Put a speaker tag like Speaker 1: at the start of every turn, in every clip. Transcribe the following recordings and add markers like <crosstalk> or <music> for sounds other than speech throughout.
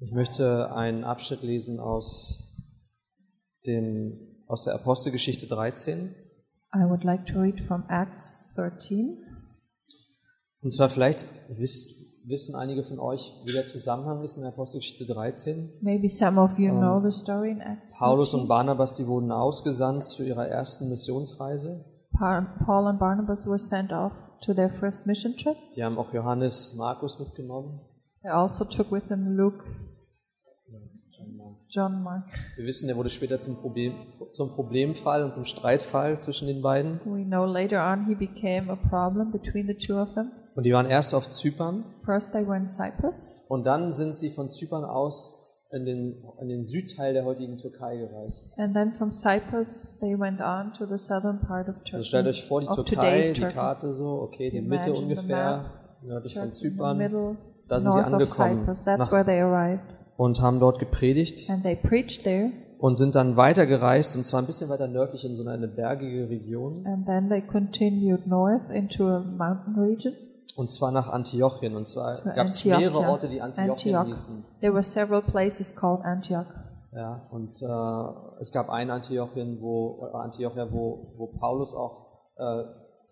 Speaker 1: Ich möchte einen Abschnitt lesen aus, dem, aus der Apostelgeschichte 13.
Speaker 2: I would like to read from Acts 13.
Speaker 1: Und zwar vielleicht wisst, wissen einige von euch, wie der Zusammenhang ist in der Apostelgeschichte 13.
Speaker 2: Maybe some of you
Speaker 1: Um,
Speaker 2: know the story in Acts.
Speaker 1: Paulus
Speaker 2: 13.
Speaker 1: und Barnabas, die wurden ausgesandt zu ihrer ersten Missionsreise.
Speaker 2: Pa- Paul and Barnabas were sent off to their first mission trip.
Speaker 1: Die haben auch Johannes, Markus mitgenommen.
Speaker 2: They also took with them Luke, John, Mark.
Speaker 1: Wir wissen, der wurde später zum, Problem, zum Problemfall und zum Streitfall zwischen den beiden.
Speaker 2: We know later on he became a problem between the two of them.
Speaker 1: Und die waren erst auf Zypern
Speaker 2: First they were in Cyprus,
Speaker 1: und dann sind sie von Zypern aus in den, in den Südteil der heutigen Türkei gereist.
Speaker 2: and then from Cyprus they went on to the southern part of Turkey.
Speaker 1: Also stellt euch vor, die
Speaker 2: of
Speaker 1: Türkei,
Speaker 2: today's
Speaker 1: die
Speaker 2: Turkey.
Speaker 1: Karte so, okay, die
Speaker 2: Imagine
Speaker 1: Mitte
Speaker 2: the
Speaker 1: ungefähr,
Speaker 2: map.
Speaker 1: nördlich von
Speaker 2: Turkey in the
Speaker 1: Zypern,
Speaker 2: middle,
Speaker 1: Da sind sie
Speaker 2: north of
Speaker 1: angekommen.
Speaker 2: Cyprus. That's
Speaker 1: Nach-
Speaker 2: where they arrived,
Speaker 1: und haben dort gepredigt
Speaker 2: and they preached there.
Speaker 1: und sind dann weitergereist, und zwar ein bisschen weiter nördlich in so eine bergige Region,
Speaker 2: And then they continued north into a mountain region.
Speaker 1: und zwar nach Antiochien. Und zwar
Speaker 2: To
Speaker 1: gab es mehrere
Speaker 2: Antiochia.
Speaker 1: Orte, die Antiochien
Speaker 2: Antioch.
Speaker 1: hießen.
Speaker 2: There were several places called Antioch.
Speaker 1: Ja, und äh, es gab ein Antiochien, wo äh, Antiochia, wo, wo Paulus auch, äh,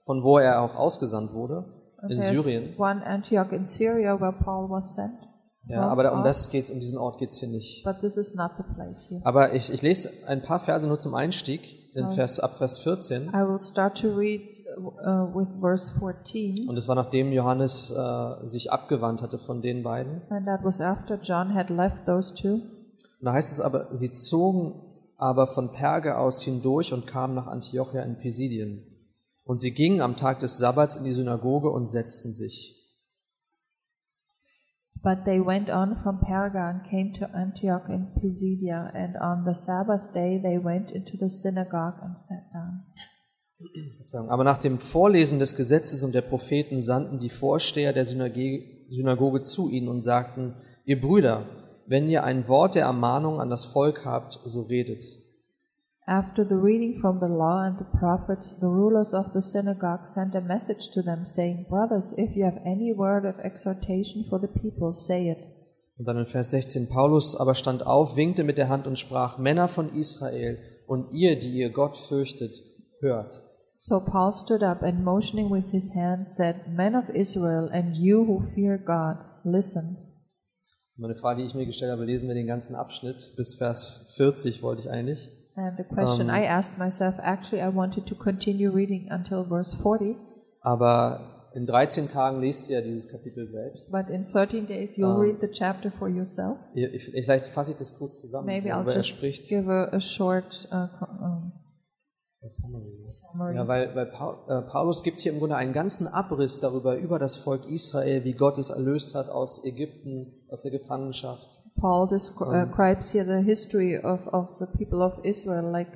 Speaker 1: von wo er auch ausgesandt wurde,
Speaker 2: And
Speaker 1: in
Speaker 2: there's
Speaker 1: Syrien.
Speaker 2: One Antioch in Syria where Paul was sent.
Speaker 1: Ja,
Speaker 2: from
Speaker 1: aber da, um
Speaker 2: out,
Speaker 1: das geht, um diesen Ort geht's hier nicht.
Speaker 2: But this is not the place here.
Speaker 1: Aber ich, ich lese ein paar Verse nur zum Einstieg, in
Speaker 2: Ah.
Speaker 1: Vers, ab Vers 14.
Speaker 2: I will start to read uh, with verse 14.
Speaker 1: Und es war nachdem Johannes äh, sich abgewandt hatte von den beiden.
Speaker 2: And that was after John had left those two.
Speaker 1: Und da heißt es aber, sie zogen aber von Perge aus hindurch und kamen nach Antiochia in Pisidien. Und sie gingen am Tag des Sabbats in die Synagoge und setzten sich.
Speaker 2: But they went on from Perga and came to Antioch in Pisidia. And on the Sabbath day they went into the synagogue and sat down.
Speaker 1: Verzeihung. Aber nach dem Vorlesen des Gesetzes und der Propheten sandten die Vorsteher der Synagoge, Synagoge zu ihnen und sagten, ihr Brüder, wenn ihr ein Wort der Ermahnung an das Volk habt, so redet.
Speaker 2: After the reading from the law and the prophets, the rulers of the synagogue sent a message to them, saying, Brothers, if you have any word of exhortation for the people, say it.
Speaker 1: Und dann in Vers 16, Paulus aber stand auf, winkte mit der Hand und sprach, Männer von Israel und ihr, die ihr Gott fürchtet, hört.
Speaker 2: So Paul stood up and motioning with his hand said, Men of Israel, and you who fear God, listen.
Speaker 1: Und Meine Frage, die ich mir gestellt habe, lesen wir den ganzen Abschnitt bis Vers 40 wollte ich eigentlich.
Speaker 2: And the question
Speaker 1: Um,
Speaker 2: I asked myself, actually, I wanted to continue reading until verse 40,
Speaker 1: Aber in 13 Tagen lest ihr ja dieses Kapitel selbst.
Speaker 2: but in 13 days you'll
Speaker 1: Um,
Speaker 2: read the chapter for yourself.
Speaker 1: Ihr- ich- Vielleicht fasse ich das kurz zusammen,
Speaker 2: Maybe I'll
Speaker 1: worüber er
Speaker 2: just
Speaker 1: spricht.
Speaker 2: give a, a short uh, co- um, summary.
Speaker 1: Ja, weil, weil Paul, äh, Paulus gibt hier im Grunde einen ganzen Abriss darüber, über das Volk Israel, wie Gott es erlöst hat aus Ägypten, aus der Gefangenschaft.
Speaker 2: Paul uh, describes here the history of, of the people of Israel, like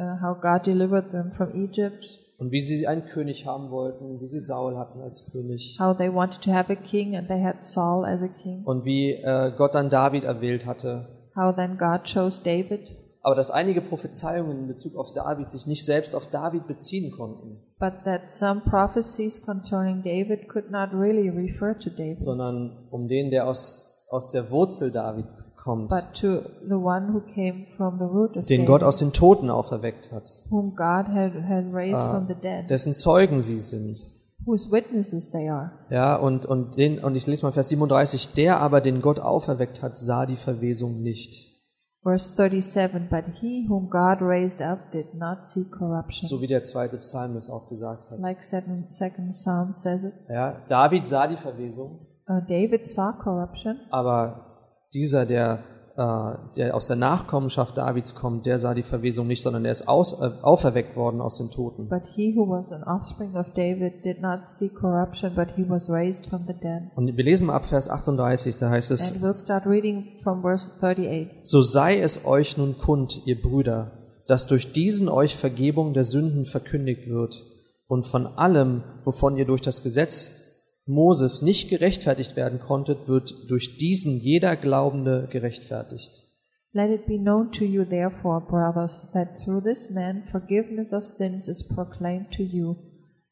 Speaker 2: uh, how God delivered them from Egypt,
Speaker 1: Und wie sie einen König haben wollten, wie sie Saul hatten als König.
Speaker 2: how they wanted to have a king and they had Saul as a king,
Speaker 1: Und wie äh, Gott dann David erwählt hatte.
Speaker 2: how then God chose David,
Speaker 1: Aber dass einige Prophezeiungen in Bezug auf David sich nicht selbst auf David beziehen konnten,
Speaker 2: but that some prophecies concerning David could not really refer to David,
Speaker 1: sondern um den, der aus, aus der Wurzel David kommt,
Speaker 2: but to the one who came from the root of
Speaker 1: den
Speaker 2: David,
Speaker 1: Gott aus den Toten auferweckt hat,
Speaker 2: whom God had, had raised
Speaker 1: Ah,
Speaker 2: from the dead,
Speaker 1: dessen Zeugen sie sind.
Speaker 2: whose witnesses they are.
Speaker 1: Ja, und, und, den, und ich lese mal Vers 37. Der aber, den Gott auferweckt hat, sah die Verwesung nicht.
Speaker 2: Verse 37, but he whom God raised up did not see corruption.
Speaker 1: So wie der zweite Psalm das auch gesagt hat.
Speaker 2: like second, second psalm says it
Speaker 1: Ja, David sah die Verwesung,
Speaker 2: uh, david saw corruption
Speaker 1: aber dieser, der, äh, der aus der Nachkommenschaft Davids kommt, der sah die Verwesung nicht, sondern er ist aus, äh, auferweckt worden aus den Toten.
Speaker 2: but he who was an offspring of david did not see corruption but he was raised from the dead
Speaker 1: Und wir lesen mal ab Vers 38, da heißt es,
Speaker 2: and we'll start reading from verse 38
Speaker 1: So sei es euch nun kund, ihr Brüder, dass durch diesen euch Vergebung der Sünden verkündigt wird und von allem, wovon ihr durch das Gesetz Moses nicht gerechtfertigt werden konntet, wird durch diesen jeder Glaubende gerechtfertigt.
Speaker 2: let it be known to you therefore brothers that through this man forgiveness of sins is proclaimed to you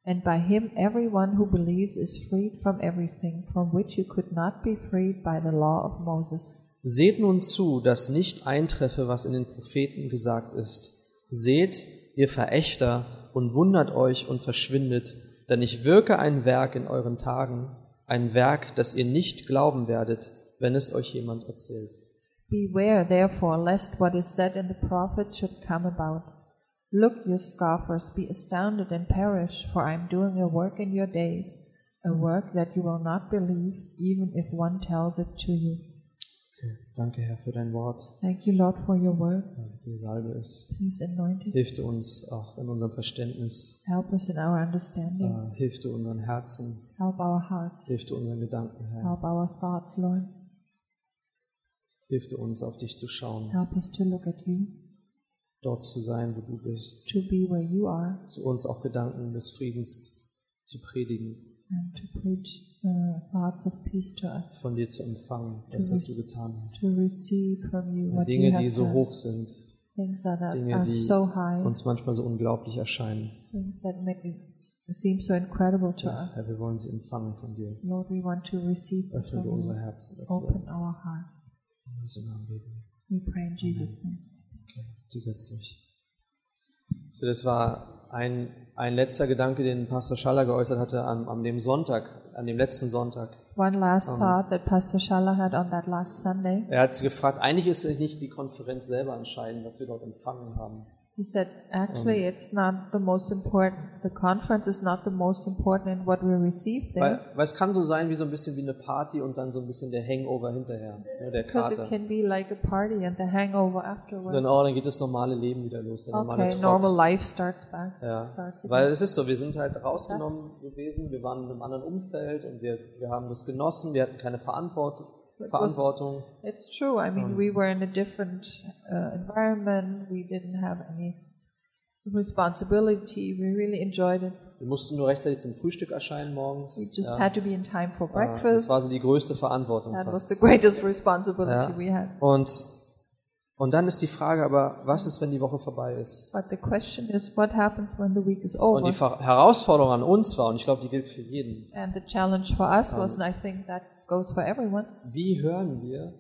Speaker 2: and by him everyone who believes is freed from everything from which you could not be freed by the law of moses
Speaker 1: Seht nun zu, dass nicht eintreffe, was in den Propheten gesagt ist. Seht, ihr Verächter, und wundert euch und verschwindet, denn ich wirke ein Werk in euren Tagen, ein Werk, das ihr nicht glauben werdet, wenn es euch jemand erzählt.
Speaker 2: Beware, therefore, lest what is said in the prophet should come about. Look, you scoffers, be astounded and perish, for I am doing a work in your days, a work that you will not believe, even if one tells it to you.
Speaker 1: Danke, Herr, für dein Wort.
Speaker 2: Thank you, Lord, for your word.
Speaker 1: Ja, Die Salbe ist.
Speaker 2: Please anoint it.
Speaker 1: Hilft du uns auch in unserem Verständnis.
Speaker 2: Help us in our understanding.
Speaker 1: Äh, hilft du unseren Herzen.
Speaker 2: Help our hearts.
Speaker 1: Hilft du unseren Gedanken, Herr.
Speaker 2: Help our thoughts, Lord.
Speaker 1: Hilft du uns, auf dich zu schauen.
Speaker 2: Help us to look at you,
Speaker 1: Dort zu sein, wo du bist.
Speaker 2: to be where you are,
Speaker 1: Zu uns auch Gedanken des Friedens zu predigen.
Speaker 2: and to preach uh, thoughts of peace to us,
Speaker 1: Von dir zu empfangen. Das,
Speaker 2: Mhm.
Speaker 1: was du getan hast.
Speaker 2: to receive from you what you
Speaker 1: Dinge, die
Speaker 2: have
Speaker 1: so
Speaker 2: done.
Speaker 1: hoch sind.
Speaker 2: things that are,
Speaker 1: Dinge,
Speaker 2: are
Speaker 1: die
Speaker 2: so high,
Speaker 1: Uns manchmal so unglaublich erscheinen.
Speaker 2: things that make it seem so incredible to us.
Speaker 1: Herr, wir wollen sie empfangen von dir.
Speaker 2: Lord, we want to receive them
Speaker 1: Öffne
Speaker 2: from
Speaker 1: du unsere
Speaker 2: you.
Speaker 1: Herzen dafür.
Speaker 2: Open our hearts.
Speaker 1: In Jesu Namen beten.
Speaker 2: We pray in Jesus' name.
Speaker 1: Okay, die setzt euch. So, das war ein, ein letzter Gedanke, den Pastor Schaller geäußert hatte an, an dem Sonntag, an dem letzten Sonntag.
Speaker 2: One last thought that Pastor Shala had on that last Sunday.
Speaker 1: Er hat sie gefragt, eigentlich ist es nicht die Konferenz selber entscheidend, was wir dort empfangen haben.
Speaker 2: He said, actually, it's not the most important. The conference is not the most important in what we receive
Speaker 1: Weil,
Speaker 2: there,
Speaker 1: weil es kann so sein, wie so ein bisschen wie eine Party und dann so ein bisschen der Hangover hinterher, ne, der
Speaker 2: because
Speaker 1: Kater.
Speaker 2: it can be like a party and the hangover
Speaker 1: Und
Speaker 2: afterwards.
Speaker 1: dann, oh, dann geht das normale Leben wieder los, der normale
Speaker 2: Okay,
Speaker 1: Trott.
Speaker 2: normal life starts back.
Speaker 1: Ja,
Speaker 2: Starts
Speaker 1: weil
Speaker 2: again.
Speaker 1: es ist so, wir sind halt rausgenommen gewesen, wir waren in einem anderen Umfeld und wir, wir haben das genossen, wir hatten keine Verantwortung.
Speaker 2: was-
Speaker 1: Verantwortung.
Speaker 2: It's true. I mean, we were in a different uh, environment. We didn't have any responsibility. We really enjoyed it.
Speaker 1: Wir mussten nur rechtzeitig zum Frühstück erscheinen morgens.
Speaker 2: We just
Speaker 1: Ja.
Speaker 2: had to be in time for
Speaker 1: Ja, Das
Speaker 2: breakfast.
Speaker 1: war so die größte Verantwortung
Speaker 2: that was
Speaker 1: fast.
Speaker 2: the greatest responsibility
Speaker 1: Ja.
Speaker 2: we had.
Speaker 1: Und, und dann ist die Frage aber, was ist, wenn die Woche vorbei ist?
Speaker 2: But the question is, what happens when the week is over?
Speaker 1: Und die Ver Herausforderung an uns war, und ich glaube, die gilt für jeden,
Speaker 2: And the challenge for us was, and I think that goes for everyone,
Speaker 1: wie hören wir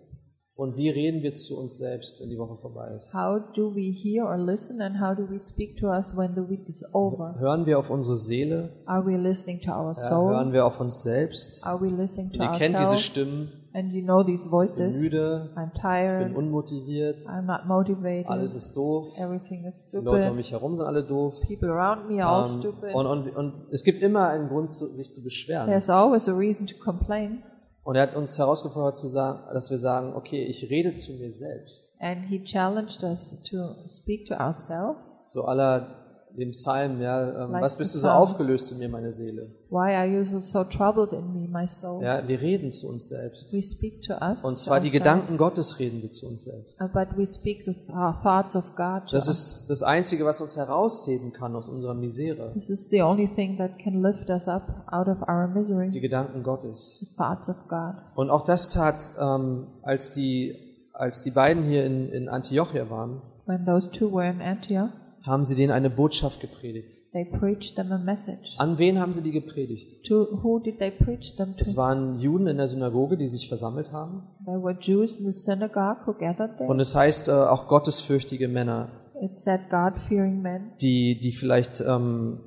Speaker 1: und wie reden wir zu uns selbst, wenn die Woche vorbei ist?
Speaker 2: how do we hear or listen and how do we speak to us when the week is over?
Speaker 1: Hören wir auf unsere Seele?
Speaker 2: Are we listening to our
Speaker 1: Ja,
Speaker 2: soul?
Speaker 1: hören wir auf uns selbst?
Speaker 2: Are we listening to
Speaker 1: Und ihr kennt diese
Speaker 2: ourselves?
Speaker 1: Stimmen,
Speaker 2: And you know these
Speaker 1: bin
Speaker 2: voices.
Speaker 1: müde,
Speaker 2: I'm
Speaker 1: bin
Speaker 2: tired.
Speaker 1: unmotiviert,
Speaker 2: I'm not motivated.
Speaker 1: alles ist doof,
Speaker 2: Everything is
Speaker 1: die Leute um
Speaker 2: stupid.
Speaker 1: mich herum sind alle doof.
Speaker 2: People around me are all
Speaker 1: Ähm,
Speaker 2: stupid.
Speaker 1: und, und, und es gibt immer einen Grund, zu, sich zu beschweren.
Speaker 2: There's always a reason to complain.
Speaker 1: Und er hat uns herausgefordert, zu sagen, dass wir sagen, okay, ich rede zu mir selbst.
Speaker 2: And he challenged us to speak to ourselves.
Speaker 1: So aller dem Psalm, ja, ähm,
Speaker 2: Like
Speaker 1: was bist du so
Speaker 2: the Psalms.
Speaker 1: aufgelöst in mir, meine Seele?
Speaker 2: Why are you so troubled in me, my soul?
Speaker 1: Ja, wir reden zu uns selbst.
Speaker 2: We speak to us.
Speaker 1: Und
Speaker 2: to
Speaker 1: zwar die
Speaker 2: ourselves.
Speaker 1: Gedanken Gottes reden wir zu uns selbst.
Speaker 2: Uh, But we speak the uh, thoughts of God. To
Speaker 1: Das
Speaker 2: us.
Speaker 1: ist das Einzige, was uns herausheben kann aus unserer Misere.
Speaker 2: This is the only thing that can lift us up out of our misery.
Speaker 1: Die Gedanken Gottes.
Speaker 2: The thoughts of God.
Speaker 1: Und auch das tat, ähm, als, die, als die beiden hier in, in Antiochia waren,
Speaker 2: When those two were in Antioch,
Speaker 1: haben sie denen eine Botschaft gepredigt.
Speaker 2: they preached them a message.
Speaker 1: An wen haben sie die gepredigt?
Speaker 2: To who did they preach them
Speaker 1: Es
Speaker 2: to?
Speaker 1: waren Juden in der Synagoge, die sich versammelt haben.
Speaker 2: They were Jews in the synagogue who gathered there.
Speaker 1: Und es heißt äh, auch gottesfürchtige Männer,
Speaker 2: It said God-fearing men,
Speaker 1: die, die vielleicht ähm,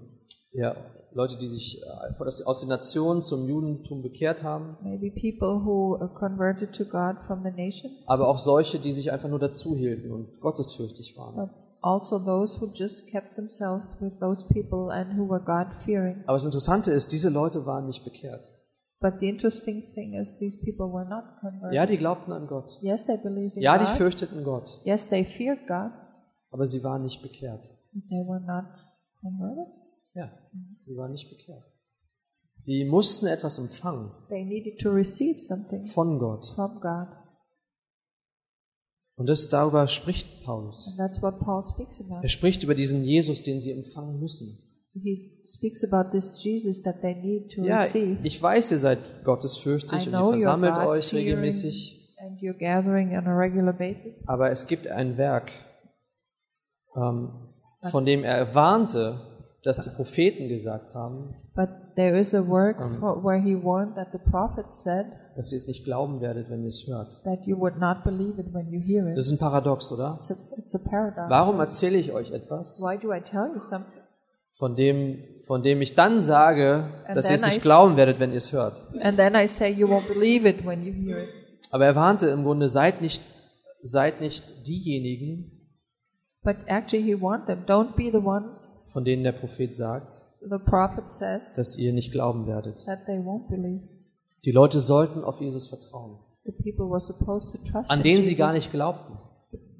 Speaker 1: ja, Leute, die sich äh, aus- aus den Nationen zum Judentum bekehrt haben,
Speaker 2: maybe people who uh, converted to God from the nation,
Speaker 1: aber auch solche, die sich einfach nur dazu hielten und gottesfürchtig waren.
Speaker 2: but also those who just kept themselves with those people and who were God-fearing.
Speaker 1: Aber das Interessante ist, diese Leute waren nicht bekehrt.
Speaker 2: But the interesting thing is these people were not converted.
Speaker 1: Ja, die glaubten an Gott.
Speaker 2: Yes, they believed in
Speaker 1: Ja, die
Speaker 2: God.
Speaker 1: fürchteten Gott.
Speaker 2: Yes, they feared God,
Speaker 1: aber sie waren nicht bekehrt.
Speaker 2: but they were not converted.
Speaker 1: Ja,
Speaker 2: Mhm.
Speaker 1: sie waren nicht bekehrt. Die mussten etwas empfangen
Speaker 2: They needed to receive something
Speaker 1: von Gott.
Speaker 2: from God.
Speaker 1: Und das darüber spricht Paulus.
Speaker 2: And that's what Paul speaks about.
Speaker 1: Er spricht über diesen Jesus, den sie empfangen müssen.
Speaker 2: He speaks about this Jesus that they need to
Speaker 1: Ja,
Speaker 2: receive.
Speaker 1: ich weiß, ihr seid
Speaker 2: I
Speaker 1: gottesfürchtig und ihr
Speaker 2: know you're
Speaker 1: versammelt euch
Speaker 2: God-fearing
Speaker 1: regelmäßig,
Speaker 2: and you're gathering on a regular basis.
Speaker 1: aber es gibt ein Werk, ähm, von dem er warnte, dass die Propheten gesagt haben,
Speaker 2: But there is a work for, where he warned that the prophet said
Speaker 1: dass ihr es nicht glauben werdet, wenn ihr es hört.
Speaker 2: that you would not believe it when you hear it.
Speaker 1: Das ist ein Paradox, oder?
Speaker 2: It's a, it's a paradox.
Speaker 1: Warum erzähle ich euch etwas,
Speaker 2: Why do I tell you something
Speaker 1: von dem, von dem ich dann sage,
Speaker 2: And
Speaker 1: dass ihr es
Speaker 2: then I-
Speaker 1: nicht glauben werdet, wenn ihr es hört?
Speaker 2: and then I say you won't believe it when you hear it?
Speaker 1: Aber er warnte im Grunde, seid nicht, seid nicht diejenigen,
Speaker 2: But actually, he warned them don't be the ones,
Speaker 1: von denen der Prophet sagt,
Speaker 2: the prophet says,
Speaker 1: dass ihr nicht glauben werdet.
Speaker 2: that they won't believe.
Speaker 1: Die Leute sollten auf Jesus vertrauen,
Speaker 2: The people were supposed to trust
Speaker 1: an
Speaker 2: in
Speaker 1: den
Speaker 2: Jesus,
Speaker 1: sie gar nicht glaubten.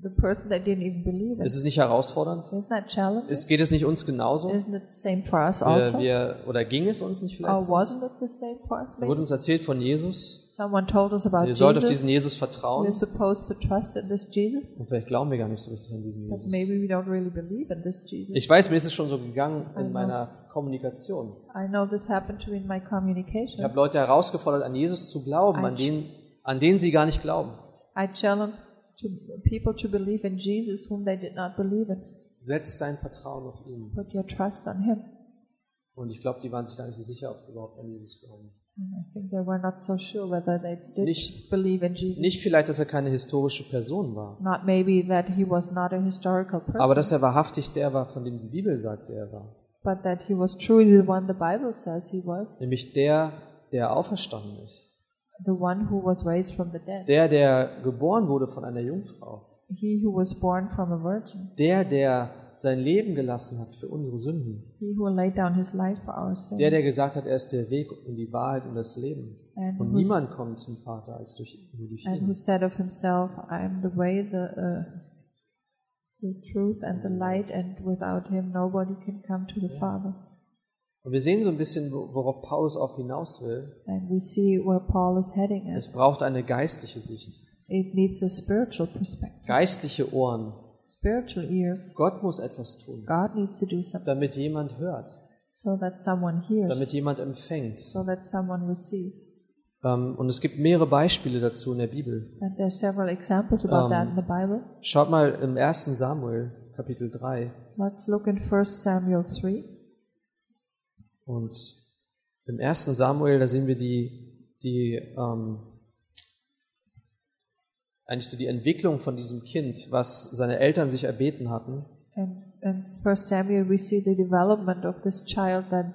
Speaker 2: the person that didn't even believe it.
Speaker 1: Ist es nicht herausfordernd?
Speaker 2: Isn't that challenging?
Speaker 1: Ist, geht es nicht uns genauso?
Speaker 2: Isn't it the same for us
Speaker 1: Wir,
Speaker 2: also?
Speaker 1: wir, oder ging es uns nicht
Speaker 2: Or
Speaker 1: vielleicht so?
Speaker 2: wasn't it the same for us?
Speaker 1: Da wurde
Speaker 2: Maybe?
Speaker 1: uns erzählt von Jesus.
Speaker 2: Someone told us about
Speaker 1: Ihr sollt auf
Speaker 2: Jesus.
Speaker 1: diesen Jesus
Speaker 2: We're
Speaker 1: vertrauen.
Speaker 2: supposed to trust in this Jesus,
Speaker 1: Und vielleicht glauben wir gar nicht so richtig an diesen
Speaker 2: but
Speaker 1: Jesus.
Speaker 2: maybe we don't really believe in this Jesus.
Speaker 1: Ich weiß, mir ist es schon so gegangen
Speaker 2: Mhm.
Speaker 1: in meiner Kommunikation.
Speaker 2: I know this happened to me in my
Speaker 1: Ich
Speaker 2: communication.
Speaker 1: habe Leute herausgefordert, an Jesus zu glauben, an den, an den sie gar nicht glauben.
Speaker 2: I challenged to, people to believe in Jesus whom they did not believe in.
Speaker 1: Setz dein Vertrauen auf ihn.
Speaker 2: Put your trust on him.
Speaker 1: Und ich glaube, die waren sich gar nicht so sicher, ob sie überhaupt an Jesus glauben.
Speaker 2: And I think they were not so sure whether they did
Speaker 1: Nicht-
Speaker 2: believe in Jesus.
Speaker 1: Nicht vielleicht, dass er keine historische Person war,
Speaker 2: not maybe that he was not a historical person,
Speaker 1: aber dass er wahrhaftig der war, von dem die Bibel sagt, der er war.
Speaker 2: but that he was truly the one the Bible says he was,
Speaker 1: Nämlich der, der auferstanden ist.
Speaker 2: the one who was raised from the dead,
Speaker 1: Der, der geboren wurde von einer Jungfrau.
Speaker 2: he who was born from a virgin,
Speaker 1: Der, der sein Leben gelassen hat für unsere Sünden.
Speaker 2: he who laid down his life for our sins,
Speaker 1: Der, der gesagt hat, er ist der Weg und die Wahrheit und das Leben.
Speaker 2: and,
Speaker 1: Und
Speaker 2: who's-
Speaker 1: niemand kommt zum Vater als durch, nur durch
Speaker 2: and who
Speaker 1: ihn.
Speaker 2: said of himself, "I am the way, the uh, the truth, and the light, and without him nobody can come to the Father."
Speaker 1: Und wir sehen so ein bisschen, wo- worauf Paulus auch hinaus will.
Speaker 2: And we see where Paul is heading at.
Speaker 1: Es braucht eine geistliche Sicht,
Speaker 2: It needs a spiritual perspective,
Speaker 1: geistliche Ohren.
Speaker 2: spiritual ears.
Speaker 1: Gott muss etwas tun,
Speaker 2: God needs to do something
Speaker 1: damit jemand hört,
Speaker 2: so that someone hears.
Speaker 1: damit jemand empfängt.
Speaker 2: so that someone receives.
Speaker 1: Ähm, Und es gibt mehrere Beispiele dazu in der Bibel.
Speaker 2: And there are several examples about that
Speaker 1: Um,
Speaker 2: in the Bible.
Speaker 1: Schaut mal im 1. Samuel, Kapitel 3
Speaker 2: Let's look in 1 Samuel 3.
Speaker 1: und im 1. Samuel, da sehen wir die, die ähm, eigentlich so die Entwicklung von diesem Kind, was seine Eltern sich erbeten hatten.
Speaker 2: And in 1 Samuel, we see the development of this child that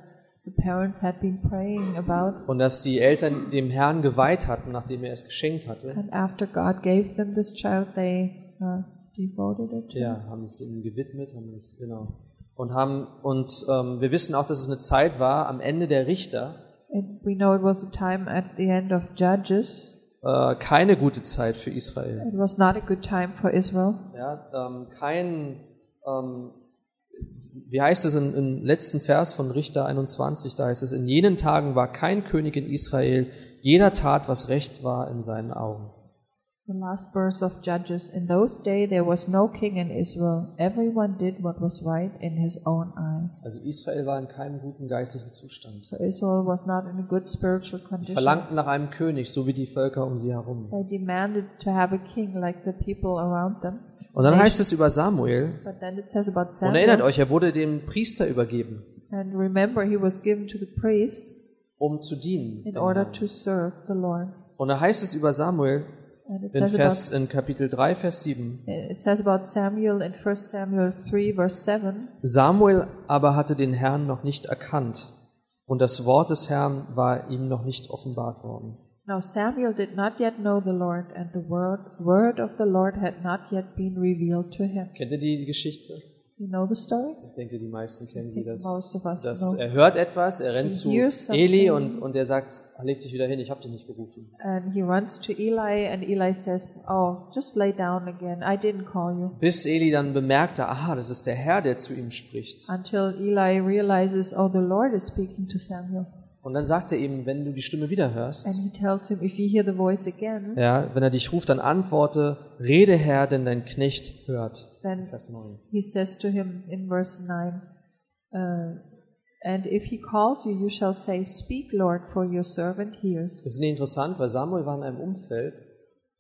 Speaker 2: the parents had been praying about.
Speaker 1: Und dass die Eltern dem Herrn geweiht hatten, nachdem er es geschenkt hatte.
Speaker 2: And after God gave them this child, they uh, devoted it to
Speaker 1: Ja, haben es ihm gewidmet, haben es, genau. Und haben, und ähm, wir wissen auch, dass es eine Zeit war, am Ende der Richter,
Speaker 2: And we know it was a time at the end of Judges.
Speaker 1: äh, keine gute Zeit für Israel.
Speaker 2: It was not a good time for Israel.
Speaker 1: Ja, ähm, kein, ähm, wie heißt es in- im letzten Vers von Richter 21, da heißt es, in jenen Tagen war kein König in Israel, jeder tat, was recht war in seinen Augen.
Speaker 2: The last verse of Judges. In those days there was no king in Israel. Everyone did what was right in his own eyes.
Speaker 1: Also Israel war in keinem guten geistlichen Zustand.
Speaker 2: So Israel was not in a good spiritual
Speaker 1: Sie
Speaker 2: condition.
Speaker 1: verlangten nach einem König, so wie die Völker um sie herum.
Speaker 2: They demanded to have a king like the people around them.
Speaker 1: Und dann heißt es über Samuel,
Speaker 2: But then it says about
Speaker 1: und erinnert
Speaker 2: Samuel,
Speaker 1: euch, er wurde dem Priester übergeben,
Speaker 2: and remember he was given to the priest
Speaker 1: um zu dienen.
Speaker 2: in order to serve the Lord.
Speaker 1: Und da heißt es über Samuel
Speaker 2: And it
Speaker 1: in,
Speaker 2: says
Speaker 1: Vers,
Speaker 2: about eh,
Speaker 1: in Kapitel 3, Vers 7,
Speaker 2: it says about Samuel in 1 Samuel 3 verse 7.
Speaker 1: Samuel aber hatte den Herrn noch nicht erkannt, und das Wort des Herrn war ihm noch nicht offenbart worden.
Speaker 2: Now Samuel did not yet know the Lord, and the word word of the Lord had not yet been revealed to him.
Speaker 1: Kennt ihr die Geschichte?
Speaker 2: You know the story?
Speaker 1: Ich denke, die meisten kennen
Speaker 2: I
Speaker 1: sie.
Speaker 2: think
Speaker 1: Dass,
Speaker 2: most of us
Speaker 1: dass
Speaker 2: know.
Speaker 1: er hört etwas, er rennt
Speaker 2: genau. He
Speaker 1: zu
Speaker 2: hears something.
Speaker 1: Eli und, und er sagt, leg dich wieder hin, ich habe dich nicht gerufen.
Speaker 2: And he runs to Eli, and Eli says, "Oh, just lay down again. I didn't call you."
Speaker 1: Bis Eli dann bemerkte, aha, das ist der Herr, der zu ihm spricht.
Speaker 2: until Eli realizes, oh, the Lord is speaking to Samuel.
Speaker 1: Und dann sagt er ihm, wenn du die Stimme wieder hörst,
Speaker 2: And he tells him, if you hear the voice again,
Speaker 1: ja, wenn er dich ruft, dann antworte, rede Herr, denn dein Knecht hört.
Speaker 2: then
Speaker 1: Vers 9.
Speaker 2: he says to him in verse 9, uh, and if he calls you, you shall say, Speak, Lord, for your servant hears.
Speaker 1: Das ist nicht interessant, weil Samuel war in einem Umfeld,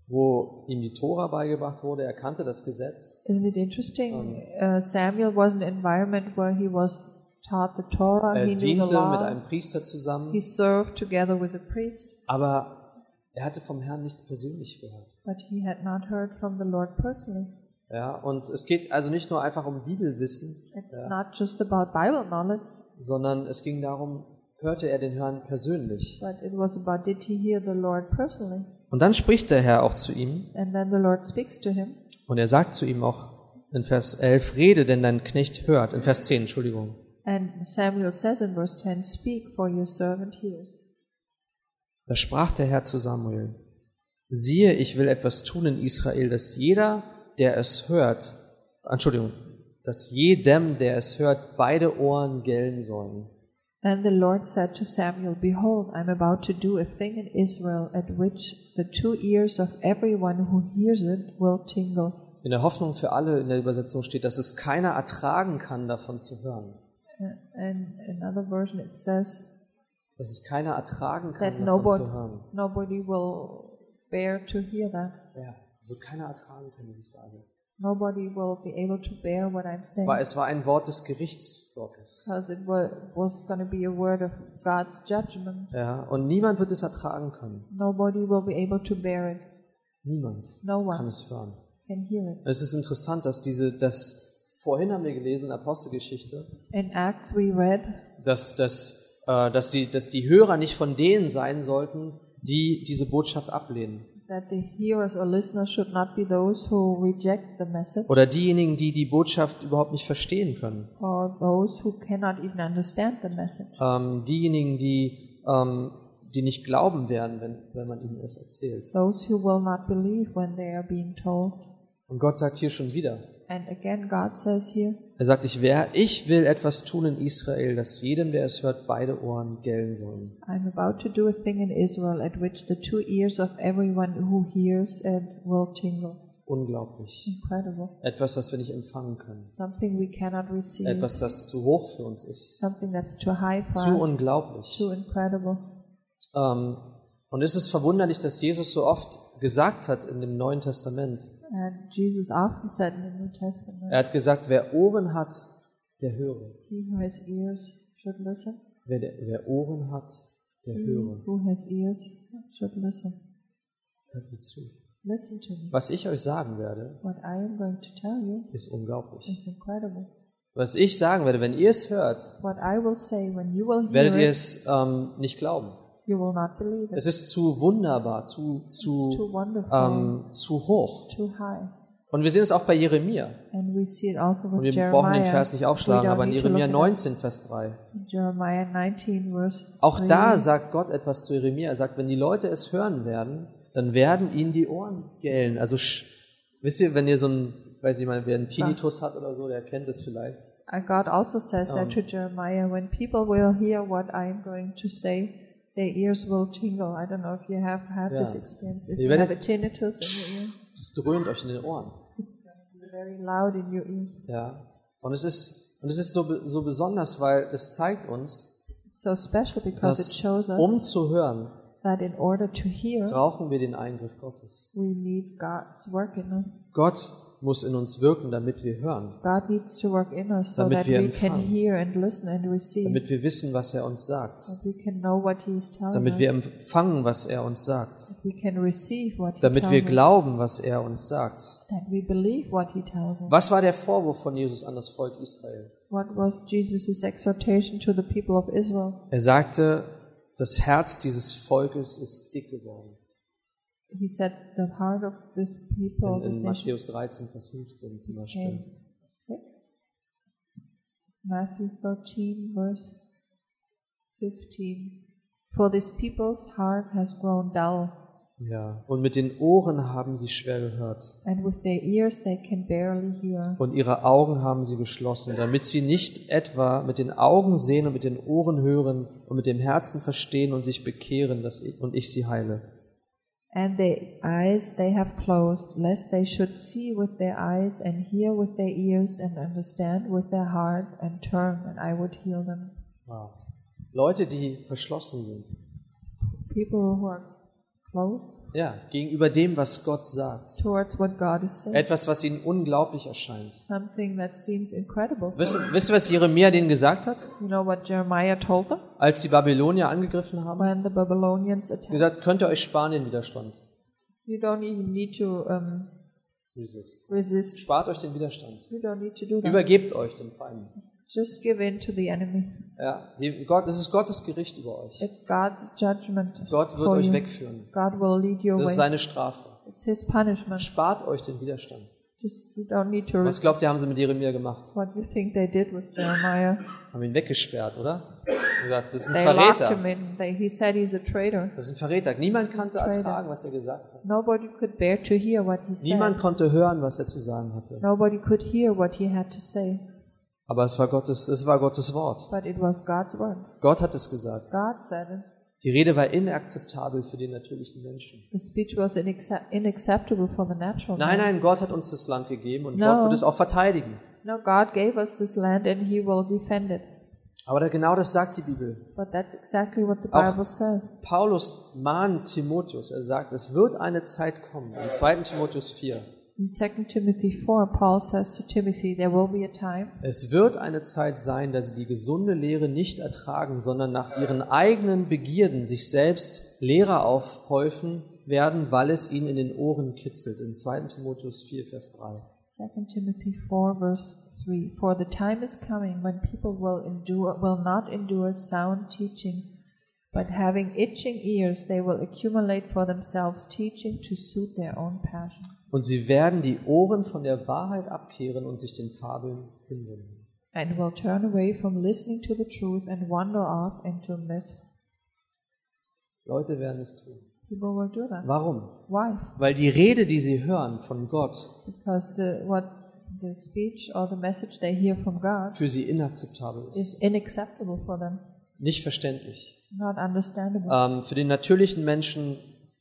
Speaker 1: wo ihm die Tora beigebracht wurde, er kannte das Gesetz.
Speaker 2: Isn't it interesting? Uh, Samuel was in an environment where he was taught the Torah,
Speaker 1: Er
Speaker 2: he knew the
Speaker 1: diente mit
Speaker 2: law,
Speaker 1: einem Priester
Speaker 2: he
Speaker 1: zusammen,
Speaker 2: served together with the priest,
Speaker 1: aber Er hatte vom Herrn nichts persönlich gehört.
Speaker 2: but he had not heard from the Lord personally.
Speaker 1: Ja, und es geht also nicht nur einfach um Bibelwissen,
Speaker 2: It's
Speaker 1: ja,
Speaker 2: not just about Bible knowledge,
Speaker 1: sondern es ging darum, hörte er den Herrn persönlich.
Speaker 2: but it was about did he hear the Lord personally?
Speaker 1: Und dann spricht der Herr auch zu ihm
Speaker 2: And then the Lord speaks to him.
Speaker 1: und er sagt zu ihm auch in Vers 11, rede, denn dein Knecht hört. In Vers 10, Entschuldigung.
Speaker 2: And Samuel says in verse 10, Speak, for your servant hears.
Speaker 1: Da sprach der Herr zu Samuel, siehe, ich will etwas tun in Israel, dass jeder, der es hört, Entschuldigung, dass jedem, der es hört, beide Ohren gellen sollen.
Speaker 2: Then the Lord said to Samuel, Behold, I am about to do a thing in Israel at which the two ears of everyone who hears it will tingle.
Speaker 1: In der Hoffnung für alle in der Übersetzung steht, dass es keiner ertragen kann, davon zu hören.
Speaker 2: Uh, And another version it says
Speaker 1: Dass es keiner ertragen
Speaker 2: that
Speaker 1: kann, davon
Speaker 2: nobody,
Speaker 1: zu hören.
Speaker 2: nobody will bear to hear that.
Speaker 1: Ja, es wird keiner ertragen können, wie ich sage.
Speaker 2: Nobody will be able to bear what I'm saying.
Speaker 1: Aber es war ein Wort des Gerichts Gottes.
Speaker 2: Because it was, was going to be a word of God's judgment.
Speaker 1: Ja, und niemand wird es ertragen können.
Speaker 2: Nobody will be able to bear it.
Speaker 1: Niemand
Speaker 2: No
Speaker 1: kann
Speaker 2: one
Speaker 1: es hören.
Speaker 2: can hear it.
Speaker 1: Es ist interessant, dass diese, dass vorhin haben wir gelesen in Apostelgeschichte,
Speaker 2: In Acts, we read
Speaker 1: dass, dass, äh, dass, die, dass die Hörer nicht von denen sein sollten, die diese Botschaft ablehnen.
Speaker 2: that the hearers or listeners should not be those who reject the message
Speaker 1: Oder diejenigen, die die Botschaft überhaupt nicht verstehen können.
Speaker 2: or those who cannot even understand the message.
Speaker 1: Ähm, diejenigen, die, ähm, die nicht glauben werden, wenn, wenn man ihnen es erzählt.
Speaker 2: Those who will not believe when they are being told.
Speaker 1: Und Gott sagt hier schon wieder,
Speaker 2: And again, God says here,
Speaker 1: er sagt nicht, wer, ich will etwas tun in Israel, dass jedem, der es hört, beide Ohren gellen sollen.
Speaker 2: I'm about to do a thing in Israel at which the two ears of everyone who hears it will tingle.
Speaker 1: Unglaublich.
Speaker 2: Incredible.
Speaker 1: Etwas, was wir nicht empfangen können.
Speaker 2: Something we cannot receive.
Speaker 1: Etwas, das zu hoch für uns ist.
Speaker 2: Something that's too high
Speaker 1: zu
Speaker 2: for us.
Speaker 1: unglaublich.
Speaker 2: Too incredible.
Speaker 1: Ähm, und es ist verwunderlich, dass Jesus so oft gesagt hat in dem Neuen Testament.
Speaker 2: And Jesus often said in the New Testament,
Speaker 1: Er hat gesagt, wer Ohren hat, der höre.
Speaker 2: He who has ears should listen.
Speaker 1: Wer, der, wer Ohren hat, der
Speaker 2: He
Speaker 1: höre.
Speaker 2: who has ears should listen.
Speaker 1: Hört mir zu.
Speaker 2: Listen to me.
Speaker 1: Was ich euch sagen werde,
Speaker 2: What I am going to tell you
Speaker 1: ist unglaublich.
Speaker 2: is incredible.
Speaker 1: Was ich sagen werde, wenn ihr es hört,
Speaker 2: What I will say when you will hear
Speaker 1: werdet ihr
Speaker 2: it,
Speaker 1: es ähm, nicht glauben.
Speaker 2: you will not believe it.
Speaker 1: Es ist zu wunderbar, zu,
Speaker 2: It's too
Speaker 1: zu,
Speaker 2: wonderful,
Speaker 1: ähm, zu hoch.
Speaker 2: too high.
Speaker 1: Und wir sehen es auch bei Jeremia.
Speaker 2: And we see it also
Speaker 1: Und
Speaker 2: with
Speaker 1: wir brauchen
Speaker 2: Jeremiah.
Speaker 1: den Vers nicht
Speaker 2: We
Speaker 1: aufschlagen,
Speaker 2: don't
Speaker 1: aber in
Speaker 2: need to
Speaker 1: Jeremia
Speaker 2: look it
Speaker 1: 19, Vers 3.
Speaker 2: up. In Jeremiah 19, verse
Speaker 1: Auch
Speaker 2: 3.
Speaker 1: da sagt Gott etwas zu Jeremia. Er sagt, wenn die Leute es hören werden, dann werden ihnen die Ohren gellen. Also sch- wisst ihr, wenn ihr so ein, weiß ich mal, wer einen Tinnitus hat oder so, der kennt es vielleicht.
Speaker 2: And God also says
Speaker 1: Um,
Speaker 2: that to Jeremiah, when people will hear what I am going to say, their ears will tingle. I don't know if you have had
Speaker 1: Yeah.
Speaker 2: this experience. If
Speaker 1: You
Speaker 2: you
Speaker 1: better-
Speaker 2: have a tinnitus in your ear,
Speaker 1: Es dröhnt euch in den Ohren.
Speaker 2: it's very loud in your ear.
Speaker 1: Ja. Und es ist, und es ist so, be- so besonders, weil es zeigt uns,
Speaker 2: It's so special because it
Speaker 1: dass
Speaker 2: shows us
Speaker 1: um zu hören,
Speaker 2: that in order to hear,
Speaker 1: brauchen wir den Eingriff Gottes.
Speaker 2: we need God's work in us.
Speaker 1: Gott muss in uns wirken, damit wir hören.
Speaker 2: God needs to work in us so
Speaker 1: Damit
Speaker 2: that
Speaker 1: wir
Speaker 2: we can
Speaker 1: empfangen.
Speaker 2: hear and listen and receive,
Speaker 1: Damit wir wissen, was er uns sagt.
Speaker 2: that we can know what He is telling
Speaker 1: Damit
Speaker 2: us,
Speaker 1: wir empfangen, was er uns sagt.
Speaker 2: that we can receive what
Speaker 1: damit
Speaker 2: He
Speaker 1: wir
Speaker 2: tells us,
Speaker 1: glauben, was er uns sagt.
Speaker 2: that we believe what He tells us.
Speaker 1: Was war der Vorwurf von Jesus an das Volk Israel?
Speaker 2: What was Jesus' exhortation to the people of Israel?
Speaker 1: Er sagte, das Herz dieses Volkes ist dick geworden.
Speaker 2: He said, The heart of this people,
Speaker 1: In,
Speaker 2: of this
Speaker 1: in
Speaker 2: nation,
Speaker 1: Matthäus 13, Vers 15 zum
Speaker 2: became
Speaker 1: Beispiel.
Speaker 2: thick." Matthew 13, verse 15. For this people's heart has grown dull,
Speaker 1: Ja. Und mit den Ohren haben sie schwer gehört.
Speaker 2: and with their ears they can barely hear,
Speaker 1: Und ihre Augen haben sie geschlossen, damit sie nicht etwa mit den Augen sehen und mit den Ohren hören und mit dem Herzen verstehen und sich bekehren dass ich, und ich sie heile.
Speaker 2: and their eyes they have closed, lest they should see with their eyes, and hear with their ears, and understand with their heart, and turn, and I would heal them.
Speaker 1: Wow. Leute, die verschlossen sind,
Speaker 2: people who are closed,
Speaker 1: Ja, gegenüber dem, was Gott sagt.
Speaker 2: towards what God is saying.
Speaker 1: Etwas, was ihnen unglaublich erscheint.
Speaker 2: Something that seems incredible.
Speaker 1: Wisst, wisst ihr, was Jeremia denen gesagt hat,
Speaker 2: You know what Jeremiah told them
Speaker 1: als die Babylonier angegriffen haben?
Speaker 2: when the Babylonians
Speaker 1: Er hat
Speaker 2: attacked?
Speaker 1: gesagt, könnt ihr euch sparen den Widerstand?
Speaker 2: You don't even need to um,
Speaker 1: Resist.
Speaker 2: resist.
Speaker 1: Spart euch den Widerstand.
Speaker 2: You don't need to do that.
Speaker 1: Übergebt euch den Feinden.
Speaker 2: Just give in to the enemy.
Speaker 1: Ja, die, Gott, das ist Gottes Gericht über euch.
Speaker 2: It's God's judgment.
Speaker 1: Gott wird
Speaker 2: for
Speaker 1: euch
Speaker 2: you.
Speaker 1: wegführen.
Speaker 2: God will lead you
Speaker 1: Das
Speaker 2: away.
Speaker 1: ist seine Strafe.
Speaker 2: It's His punishment.
Speaker 1: Spart euch den Widerstand.
Speaker 2: Just you don't need to
Speaker 1: Was
Speaker 2: resist.
Speaker 1: glaubt ihr, haben sie mit Jeremia gemacht?
Speaker 2: What you think they did with Jeremiah?
Speaker 1: Haben ihn weggesperrt, oder? Und Gesagt, das ist ein
Speaker 2: They locked
Speaker 1: Verräter.
Speaker 2: him in. They, he said he's a traitor.
Speaker 1: Das ist ein Verräter. Niemand konnte
Speaker 2: Traitor.
Speaker 1: ertragen, was er gesagt hat.
Speaker 2: Nobody could bear to hear what he said.
Speaker 1: Niemand konnte hören, was er zu sagen hatte.
Speaker 2: Nobody could hear what he had to say.
Speaker 1: Aber es war Gottes, es war Gottes Wort.
Speaker 2: But it was God's word.
Speaker 1: Gott hat es gesagt.
Speaker 2: God said it.
Speaker 1: Die Rede war inakzeptabel für den natürlichen Menschen.
Speaker 2: The speech was inaccep- inacceptable for the natural
Speaker 1: Nein,
Speaker 2: man.
Speaker 1: nein, Gott hat uns das Land gegeben und
Speaker 2: No.
Speaker 1: Gott wird es auch verteidigen.
Speaker 2: No, God gave us this land and He will defend it.
Speaker 1: Aber da genau das sagt die Bibel.
Speaker 2: But that's exactly what the
Speaker 1: Auch-
Speaker 2: Bible says.
Speaker 1: Paulus mahnt Timotheus. Er sagt, es wird eine Zeit kommen. In 2. Timotheus 4.
Speaker 2: In 2 Timothy 4, Paul says to Timothy, There will be a time
Speaker 1: Es wird eine Zeit sein, dass sie die gesunde Lehre nicht ertragen, sondern nach ihren eigenen Begierden sich selbst Lehrer aufhäufen werden, weil es ihnen in den Ohren kitzelt. In 2. Timotheus 4, Vers 3.
Speaker 2: 2 Timothy 4 verse 3 For the time is coming when people will endure will not endure sound teaching but having itching ears they will accumulate for themselves teaching to suit their own passion
Speaker 1: Und sie werden die Ohren von der Wahrheit abkehren und sich den Fabeln hinwenden.
Speaker 2: and will turn away from listening to the truth and wander off into myth
Speaker 1: Leute werden es tun.
Speaker 2: people will do that
Speaker 1: Warum?
Speaker 2: why
Speaker 1: Weil die Rede, die sie hören von Gott,
Speaker 2: because the what the speech or the message they hear from God
Speaker 1: für sie inakzeptabel ist.
Speaker 2: is unacceptable for them
Speaker 1: Nicht verständlich.
Speaker 2: not understandable
Speaker 1: Ähm, für den natürlichen Menschen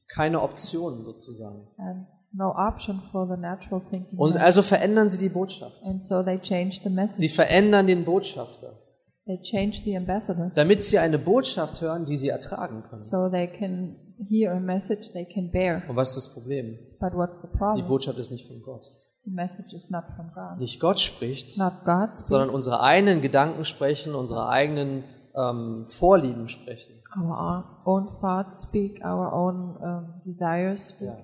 Speaker 1: keine Option sozusagen.
Speaker 2: and no option for the natural thinking
Speaker 1: Und
Speaker 2: man.
Speaker 1: also verändern sie die Botschaft.
Speaker 2: And so they changed the
Speaker 1: Sie
Speaker 2: message.
Speaker 1: verändern den Botschafter,
Speaker 2: They changed the ambassador.
Speaker 1: damit sie eine Botschaft hören, die sie ertragen können.
Speaker 2: So they can hear a message they can bear.
Speaker 1: Und was ist das Problem?
Speaker 2: But what's the
Speaker 1: Die
Speaker 2: problem?
Speaker 1: Botschaft ist nicht von Gott.
Speaker 2: The message is not from God.
Speaker 1: Nicht Gott spricht,
Speaker 2: It's not God's, but
Speaker 1: sondern unsere eigenen Gedanken sprechen, unsere eigenen ähm, Vorlieben sprechen.
Speaker 2: our own thoughts speak, our own um, desires speak.
Speaker 1: Ja.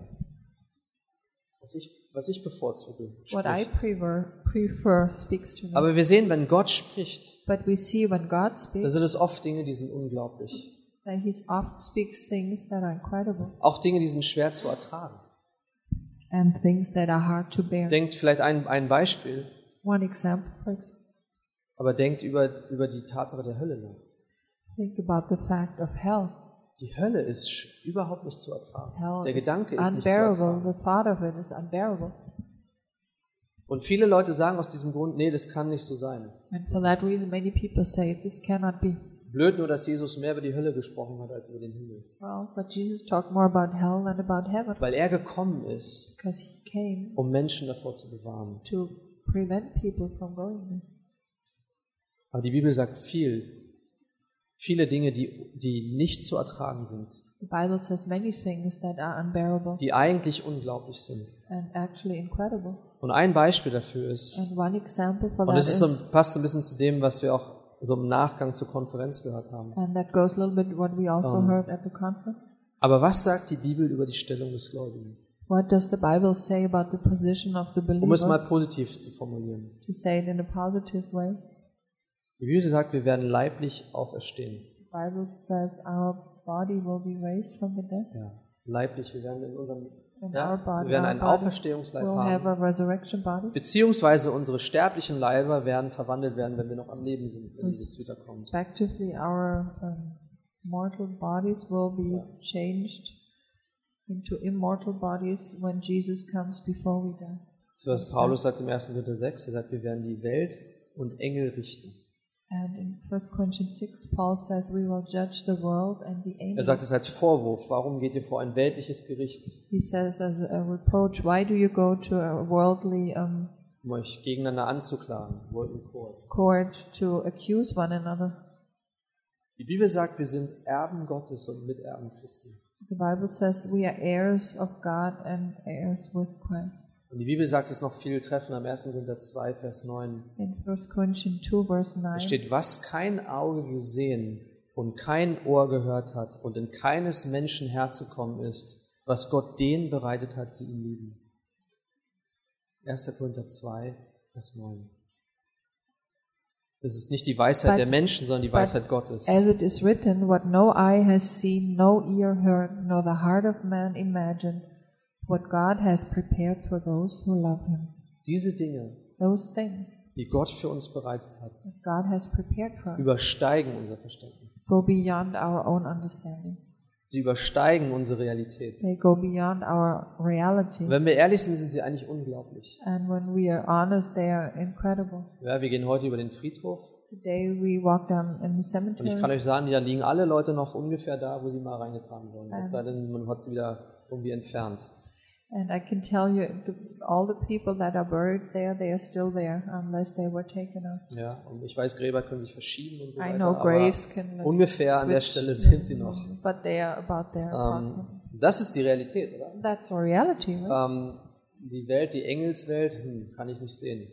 Speaker 1: Was, ich, was ich bevorzuge,
Speaker 2: What I
Speaker 1: spricht.
Speaker 2: prefer, prefer speaks to me.
Speaker 1: Aber wir sehen, wenn Gott spricht,
Speaker 2: but we see when God
Speaker 1: dann
Speaker 2: speaks,
Speaker 1: sind es oft Dinge, die sind unglaublich.
Speaker 2: that He oft speaks things that are incredible
Speaker 1: Auch Dinge, die sind schwer zu ertragen.
Speaker 2: and things that are hard to bear.
Speaker 1: Denkt vielleicht ein, ein Beispiel,
Speaker 2: One example, for example,
Speaker 1: aber denkt über, über die Tatsache der Hölle nach.
Speaker 2: think about the fact of hell.
Speaker 1: Die Hölle ist sch- überhaupt nicht zu ertragen.
Speaker 2: Hell
Speaker 1: Der
Speaker 2: is
Speaker 1: Gedanke ist nicht zu
Speaker 2: unbearable.
Speaker 1: ertragen.
Speaker 2: The thought of it is unbearable.
Speaker 1: Und viele Leute sagen aus diesem Grund, nee, das kann nicht so sein.
Speaker 2: And for that reason, many people say this cannot be.
Speaker 1: Blöd nur, dass Jesus mehr über die Hölle gesprochen hat als über den Himmel.
Speaker 2: Well, but Jesus talked more about hell than about heaven
Speaker 1: Weil er gekommen ist,
Speaker 2: because he came
Speaker 1: um Menschen davor zu bewahren.
Speaker 2: to prevent people from going there.
Speaker 1: Aber die Bibel sagt viel, viele Dinge, die, die nicht zu ertragen sind,
Speaker 2: The Bible says many things that are unbearable
Speaker 1: die eigentlich unglaublich sind.
Speaker 2: and actually incredible.
Speaker 1: Und ein Beispiel dafür ist,
Speaker 2: And one example for
Speaker 1: und
Speaker 2: that
Speaker 1: das ist
Speaker 2: is,
Speaker 1: so, ein- passt so ein bisschen zu dem, was wir auch so im Nachgang zur Konferenz gehört haben.
Speaker 2: and that goes a little bit what we also
Speaker 1: Um,
Speaker 2: heard at the conference.
Speaker 1: Aber was sagt die Bibel über die Stellung des Gläubigen?
Speaker 2: What does the Bible say about the position of the
Speaker 1: Um es mal
Speaker 2: believer?
Speaker 1: positiv zu formulieren.
Speaker 2: To say it in a positive way,
Speaker 1: Die Bibel sagt, wir werden leiblich auferstehen.
Speaker 2: the Bible says our body will be raised from the dead.
Speaker 1: Ja. Leiblich, wir werden in unserem
Speaker 2: In
Speaker 1: ja,
Speaker 2: our body,
Speaker 1: wir werden
Speaker 2: our
Speaker 1: einen
Speaker 2: body
Speaker 1: Auferstehungsleib
Speaker 2: will have
Speaker 1: haben.
Speaker 2: a resurrection body.
Speaker 1: Beziehungsweise unsere sterblichen Leiber werden verwandelt werden, wenn wir noch am Leben sind, wenn
Speaker 2: Mhm.
Speaker 1: Jesus wiederkommt.
Speaker 2: Effectively, our um, mortal bodies will be changed into immortal bodies when Jesus comes before we die.
Speaker 1: So was Paulus sagt im 1. Korinther 6, er sagt, wir werden die Welt und Engel richten.
Speaker 2: And in 1 Corinthians 6, Paul says, We will judge the world and the
Speaker 1: Er
Speaker 2: angels.
Speaker 1: sagt es als Vorwurf, warum geht ihr vor ein weltliches Gericht,
Speaker 2: He says, as a reproach, Why do you go to a worldly um,
Speaker 1: um euch gegeneinander anzuklagen, wollt ihr Chor.
Speaker 2: court to accuse one another?
Speaker 1: Die Bibel sagt, wir sind Erben Gottes und Miterben Christi.
Speaker 2: The Bible says we are heirs of God and heirs with Christ.
Speaker 1: Und die Bibel sagt es noch viel treffender am 1. Korinther 2, Vers 9.
Speaker 2: In 1 Corinthians 2, verse 9,
Speaker 1: Es steht, was kein Auge gesehen und kein Ohr gehört hat und in keines Menschen Herz gekommen ist, was Gott denen bereitet hat, die ihn lieben. 1. Korinther 2, Vers 9. Das ist nicht die Weisheit
Speaker 2: But-
Speaker 1: der Menschen, sondern die
Speaker 2: but
Speaker 1: Weisheit Gottes.
Speaker 2: As it is written, what no eye has seen, no ear heard, nor the heart of man imagined, what God has prepared for those who love him.
Speaker 1: Diese Dinge,
Speaker 2: Those things
Speaker 1: die Gott für uns bereitet hat,
Speaker 2: that God has prepared for us
Speaker 1: übersteigen unser Verständnis.
Speaker 2: go beyond our own understanding.
Speaker 1: Sie übersteigen unsere Realität.
Speaker 2: They go beyond our reality.
Speaker 1: Wenn wir ehrlich sind, sind sie eigentlich unglaublich.
Speaker 2: And when we are honest, they are incredible.
Speaker 1: Ja, wir gehen heute über den Friedhof
Speaker 2: Today we walk down in the
Speaker 1: und ich
Speaker 2: cemetery.
Speaker 1: kann euch sagen, da liegen alle Leute noch ungefähr da, wo sie mal reingetan wurden. Es sei denn, man hat sie wieder irgendwie entfernt.
Speaker 2: And I can tell you, the, all the people that are buried there, they are still there, unless they were taken out.
Speaker 1: Ja, und ich weiß, Gräber können sich verschieben und so
Speaker 2: I
Speaker 1: weiter.
Speaker 2: know graves
Speaker 1: Aber
Speaker 2: can like,
Speaker 1: ungefähr an der
Speaker 2: switch,
Speaker 1: Stelle sind sie noch.
Speaker 2: But they are about there. approximately.
Speaker 1: ähm, das ist die Realität, oder?
Speaker 2: That's our reality, right?
Speaker 1: Ähm, die Welt, die Engelswelt, hm, kann ich nicht sehen.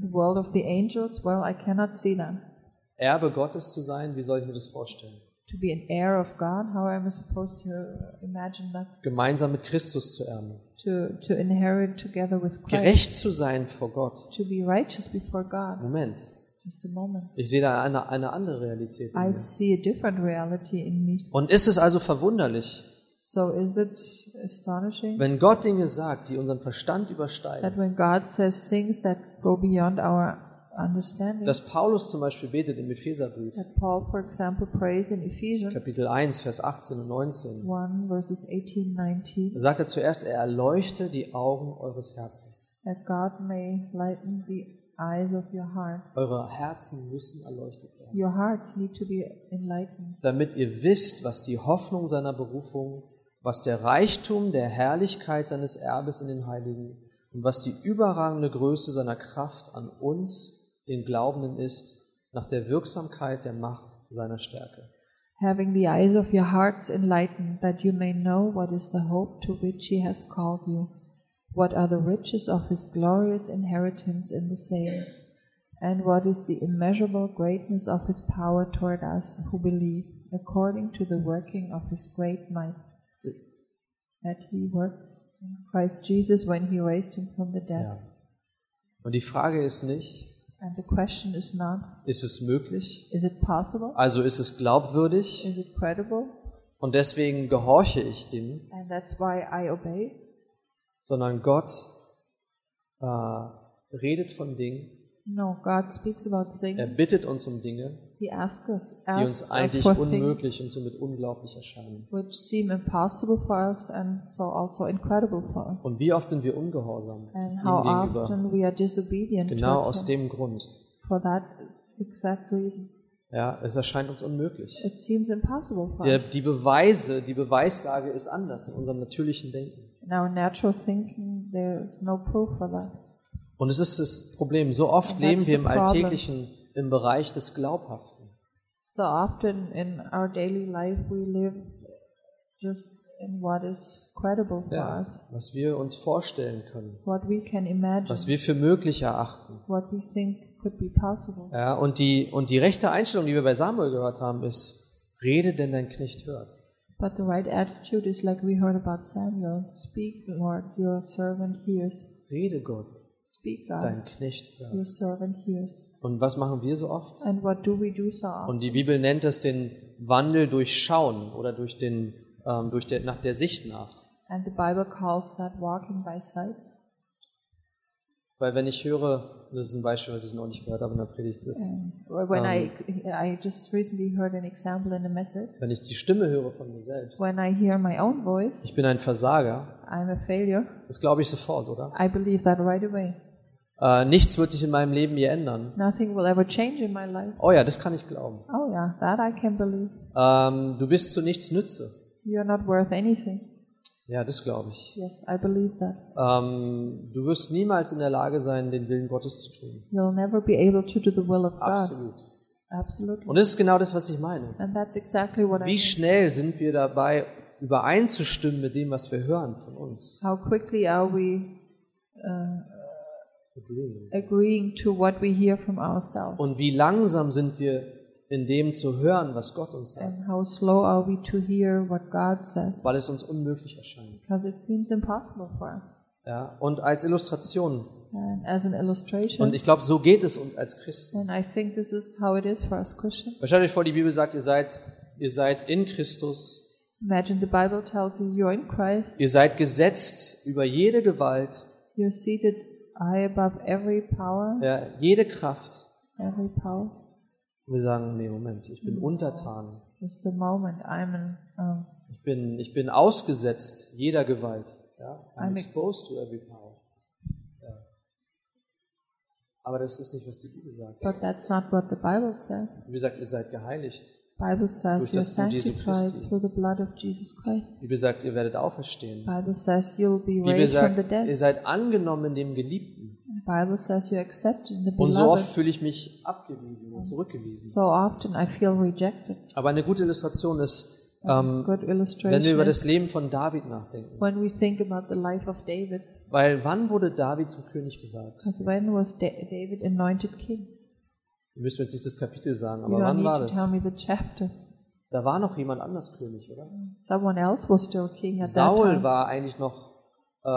Speaker 2: the world of the angels. Well, I cannot see them.
Speaker 1: Erbe Gottes zu sein, wie soll ich mir das vorstellen?
Speaker 2: To be an heir of God, how am I supposed to imagine that?
Speaker 1: Gemeinsam mit Christus zu erben.
Speaker 2: To to inherit together with Christ.
Speaker 1: Gerecht zu sein vor Gott.
Speaker 2: To be righteous before God.
Speaker 1: Moment,
Speaker 2: Just a moment.
Speaker 1: ich sehe da eine, eine andere Realität. in
Speaker 2: I
Speaker 1: mir.
Speaker 2: see a different reality in me.
Speaker 1: Und ist es also verwunderlich,
Speaker 2: So is it astonishing
Speaker 1: wenn Gott Dinge sagt, die unseren Verstand
Speaker 2: that
Speaker 1: übersteigen?
Speaker 2: when God says things that go beyond our understanding,
Speaker 1: Dass Paulus zum Beispiel betet im Epheserbrief,
Speaker 2: that Paul, for example, prays in Ephesians
Speaker 1: Kapitel 1, Vers 18 und 19.
Speaker 2: 1 verses 18 19
Speaker 1: Da sagt er zuerst, er erleuchte die Augen eures Herzens.
Speaker 2: that God may lighten the eyes of your heart
Speaker 1: Eure Herzen müssen erleuchtet werden,
Speaker 2: your hearts need to be enlightened
Speaker 1: damit ihr wisst, was die Hoffnung seiner Berufung, was der Reichtum der Herrlichkeit seines Erbes in den Heiligen und was die überragende Größe seiner Kraft an uns, den Glaubenden, ist, nach der Wirksamkeit der Macht seiner Stärke.
Speaker 2: having the eyes of your hearts enlightened that you may know what is the hope to which he has called you what are the riches of his glorious inheritance in the saints and what is the immeasurable greatness of his power toward us who believe according to the working of his great might that he worked in Christ Jesus when he raised him from the dead
Speaker 1: Ja. Und die Frage ist nicht,
Speaker 2: And the question is not,
Speaker 1: ist es möglich?
Speaker 2: is it possible?
Speaker 1: Also ist es glaubwürdig?
Speaker 2: Is it credible?
Speaker 1: Und deswegen gehorche ich dem,
Speaker 2: And that's why I obey.
Speaker 1: sondern Gott äh, redet von Dingen,
Speaker 2: No, God speaks about
Speaker 1: er
Speaker 2: things.
Speaker 1: bittet uns um Dinge,
Speaker 2: He asks us,
Speaker 1: die uns
Speaker 2: asks us
Speaker 1: eigentlich
Speaker 2: for things
Speaker 1: unmöglich und somit unglaublich erscheinen.
Speaker 2: which seem impossible for us and so also incredible for us.
Speaker 1: Und wie oft sind wir ungehorsam
Speaker 2: And
Speaker 1: ihm
Speaker 2: how
Speaker 1: gegenüber?
Speaker 2: often we are disobedient
Speaker 1: Genau
Speaker 2: towards
Speaker 1: aus
Speaker 2: him
Speaker 1: dem Grund.
Speaker 2: for that exact reason.
Speaker 1: Ja, es erscheint uns unmöglich.
Speaker 2: It seems impossible for
Speaker 1: Der,
Speaker 2: us.
Speaker 1: die Beweise, die Beweislage ist anders in unserem natürlichen Denken.
Speaker 2: In our natural thinking, there's no proof for that.
Speaker 1: Und es ist das Problem. So oft
Speaker 2: And
Speaker 1: leben
Speaker 2: that's
Speaker 1: wir
Speaker 2: the
Speaker 1: im
Speaker 2: problem.
Speaker 1: Alltäglichen im Bereich des Glaubhaften.
Speaker 2: So often in our daily life, we live just in what is credible for
Speaker 1: Ja,
Speaker 2: us.
Speaker 1: was wir uns vorstellen können,
Speaker 2: what we can imagine,
Speaker 1: was wir für möglich erachten.
Speaker 2: what we think could be possible.
Speaker 1: Ja, und die, und die rechte Einstellung, die wir bei Samuel gehört haben, ist, rede denn dein Knecht hört.
Speaker 2: But the right attitude is like we heard about Samuel speak, Lord, your servant hears.
Speaker 1: Rede Gott,
Speaker 2: Speak, God,
Speaker 1: dein Knecht
Speaker 2: your
Speaker 1: hört.
Speaker 2: servant hears.
Speaker 1: Und was machen wir so oft?
Speaker 2: And what do we do so often?
Speaker 1: Und die Bibel nennt es den Wandel durch Schauen oder durch den, ähm, durch der, nach der Sicht nach.
Speaker 2: And the Bible calls that walking by sight.
Speaker 1: Weil wenn ich höre, das ist ein Beispiel, was ich noch nicht gehört habe in der Predigt, ist,
Speaker 2: And when I I just recently heard an example in a message.
Speaker 1: wenn ich die Stimme höre von mir selbst,
Speaker 2: When I hear my own voice,
Speaker 1: ich bin ein Versager,
Speaker 2: I'm a failure.
Speaker 1: das glaube ich sofort, oder?
Speaker 2: I believe that right away.
Speaker 1: Äh, nichts wird sich in meinem Leben hier ändern.
Speaker 2: Nothing will ever change in my life.
Speaker 1: Oh ja, das kann ich glauben.
Speaker 2: Oh yeah, that I can believe.
Speaker 1: Ähm, du bist zu nichts Nütze.
Speaker 2: You're not worth anything.
Speaker 1: Ja, das glaube ich.
Speaker 2: Yes, I believe that.
Speaker 1: Ähm, du wirst niemals in der Lage sein, den Willen Gottes zu tun.
Speaker 2: You'll never be able to do the will of God.
Speaker 1: Absolut.
Speaker 2: Absolutely.
Speaker 1: Und das ist genau das, was ich meine.
Speaker 2: And that's exactly what I
Speaker 1: Wie
Speaker 2: mean.
Speaker 1: schnell sind wir dabei, übereinzustimmen mit dem, was wir hören von uns.
Speaker 2: How quickly are we uh, agreeing to what we hear from ourselves?
Speaker 1: Und wie langsam sind wir in dem zu hören, was Gott uns sagt,
Speaker 2: And how slow are we to hear what God says?
Speaker 1: weil es uns unmöglich erscheint.
Speaker 2: Because it seems impossible for us.
Speaker 1: Ja? Und als Illustration,
Speaker 2: And as an
Speaker 1: und
Speaker 2: illustration,
Speaker 1: ich glaube, so geht es uns als Christen.
Speaker 2: and I think this is how it is for us Christians.
Speaker 1: Stellt euch vor, die Bibel sagt, ihr seid, ihr seid in Christus,
Speaker 2: Imagine the Bible tells you you're in Christ,
Speaker 1: ihr seid gesetzt über jede Gewalt,
Speaker 2: you're seated high above every power,
Speaker 1: ja, jede Kraft.
Speaker 2: every power.
Speaker 1: Und wir sagen, nee, Moment, ich
Speaker 2: Mhm.
Speaker 1: bin untertan.
Speaker 2: Just a moment, I'm in, um,
Speaker 1: Ich bin, ich bin ausgesetzt jeder Gewalt. Ja? I'm
Speaker 2: I'm
Speaker 1: exposed to every power. Ja. Aber das ist nicht, was die Bibel sagt.
Speaker 2: but that's not what the Bible says.
Speaker 1: Die Bibel sagt, ihr seid geheiligt.
Speaker 2: Bible says
Speaker 1: Durch
Speaker 2: you're
Speaker 1: das Blut Jesu
Speaker 2: sanctified
Speaker 1: Christi.
Speaker 2: through the blood of Jesus Christ.
Speaker 1: Die Bibel sagt, ihr werdet auferstehen.
Speaker 2: Bible says you'll be
Speaker 1: Die Bibel
Speaker 2: raised from
Speaker 1: sagt,
Speaker 2: the dead.
Speaker 1: ihr seid angenommen in dem Geliebten.
Speaker 2: Bible says you're accepted in the
Speaker 1: Und so
Speaker 2: beloved.
Speaker 1: oft fühle ich mich abgewiesen und zurückgewiesen.
Speaker 2: Mhm. So often I feel rejected.
Speaker 1: Aber eine gute Illustration ist, ähm,
Speaker 2: Good illustration.
Speaker 1: wenn wir über
Speaker 2: is
Speaker 1: das Leben von David nachdenken.
Speaker 2: when we think about the life of David,
Speaker 1: Weil wann wurde David zum König gesagt?
Speaker 2: because when was da- David anointed king?
Speaker 1: Wir müssen jetzt nicht das Kapitel sagen,
Speaker 2: you
Speaker 1: aber
Speaker 2: don't
Speaker 1: wann war
Speaker 2: need to tell
Speaker 1: das?
Speaker 2: me the chapter.
Speaker 1: Da war noch jemand anders König, oder?
Speaker 2: Someone else was still king at that
Speaker 1: Saul
Speaker 2: time.
Speaker 1: war eigentlich noch, äh,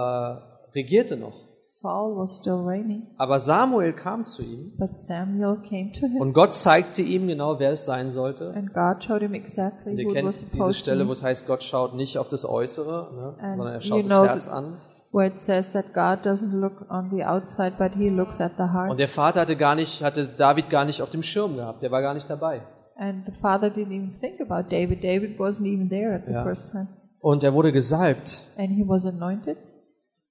Speaker 1: regierte noch.
Speaker 2: Saul was still reigning,
Speaker 1: Aber Samuel kam zu ihm
Speaker 2: but Samuel came to him,
Speaker 1: und Gott zeigte ihm genau, wer es sein sollte.
Speaker 2: and God showed him exactly
Speaker 1: Und ihr
Speaker 2: who it was
Speaker 1: kennt diese
Speaker 2: supposed to
Speaker 1: Stelle, wo
Speaker 2: be.
Speaker 1: es heißt, Gott schaut nicht auf das Äußere, ne,
Speaker 2: And
Speaker 1: sondern er
Speaker 2: you
Speaker 1: schaut
Speaker 2: know
Speaker 1: das Herz an.
Speaker 2: Where it says that God doesn't look on the outside, but He looks at the heart.
Speaker 1: Und der Vater hatte gar nicht, hatte David gar nicht auf dem Schirm gehabt, der war gar nicht dabei.
Speaker 2: And the father didn't even think about David. David wasn't even there at the
Speaker 1: Ja.
Speaker 2: first time.
Speaker 1: Und er wurde gesalbt,
Speaker 2: And he was anointed,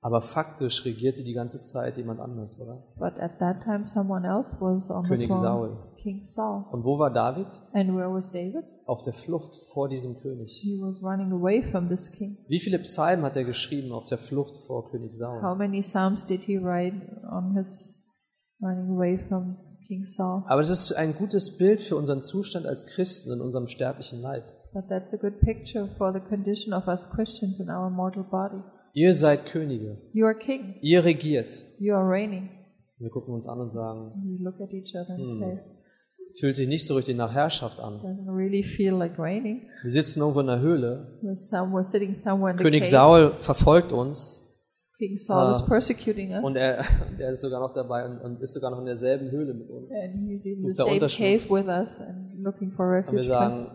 Speaker 1: aber faktisch regierte die ganze Zeit jemand anders, oder?
Speaker 2: but at that time someone else was on the
Speaker 1: König
Speaker 2: throne,
Speaker 1: Saul.
Speaker 2: King Saul.
Speaker 1: Und wo war David?
Speaker 2: And where was David?
Speaker 1: Auf der Flucht vor diesem König.
Speaker 2: He was running away from this king.
Speaker 1: Wie viele Psalmen hat er geschrieben auf der Flucht vor König Saul?
Speaker 2: How many psalms did he write on his running away from King Saul?
Speaker 1: Aber es ist ein gutes Bild für unseren Zustand als Christen in unserem sterblichen Leib.
Speaker 2: But that's a good picture for the condition of us Christians in our mortal body.
Speaker 1: Ihr seid Könige,
Speaker 2: You are kings.
Speaker 1: ihr regiert.
Speaker 2: You are reigning.
Speaker 1: Wir gucken uns an und sagen,
Speaker 2: We look at each other and say,
Speaker 1: fühlt sich nicht so richtig nach Herrschaft an.
Speaker 2: doesn't really feel like reigning.
Speaker 1: Wir sitzen irgendwo in der Höhle.
Speaker 2: We're, some, we're sitting somewhere in the
Speaker 1: König
Speaker 2: cave.
Speaker 1: Saul verfolgt uns
Speaker 2: King Saul
Speaker 1: Ah.
Speaker 2: is persecuting us,
Speaker 1: und er, <laughs> er ist sogar noch dabei und, und ist sogar noch in derselben Höhle mit uns.
Speaker 2: and he's in
Speaker 1: sucht der
Speaker 2: the same
Speaker 1: Unterschlupf.
Speaker 2: cave with us and looking for
Speaker 1: Und wir
Speaker 2: refuge. from-
Speaker 1: sagen,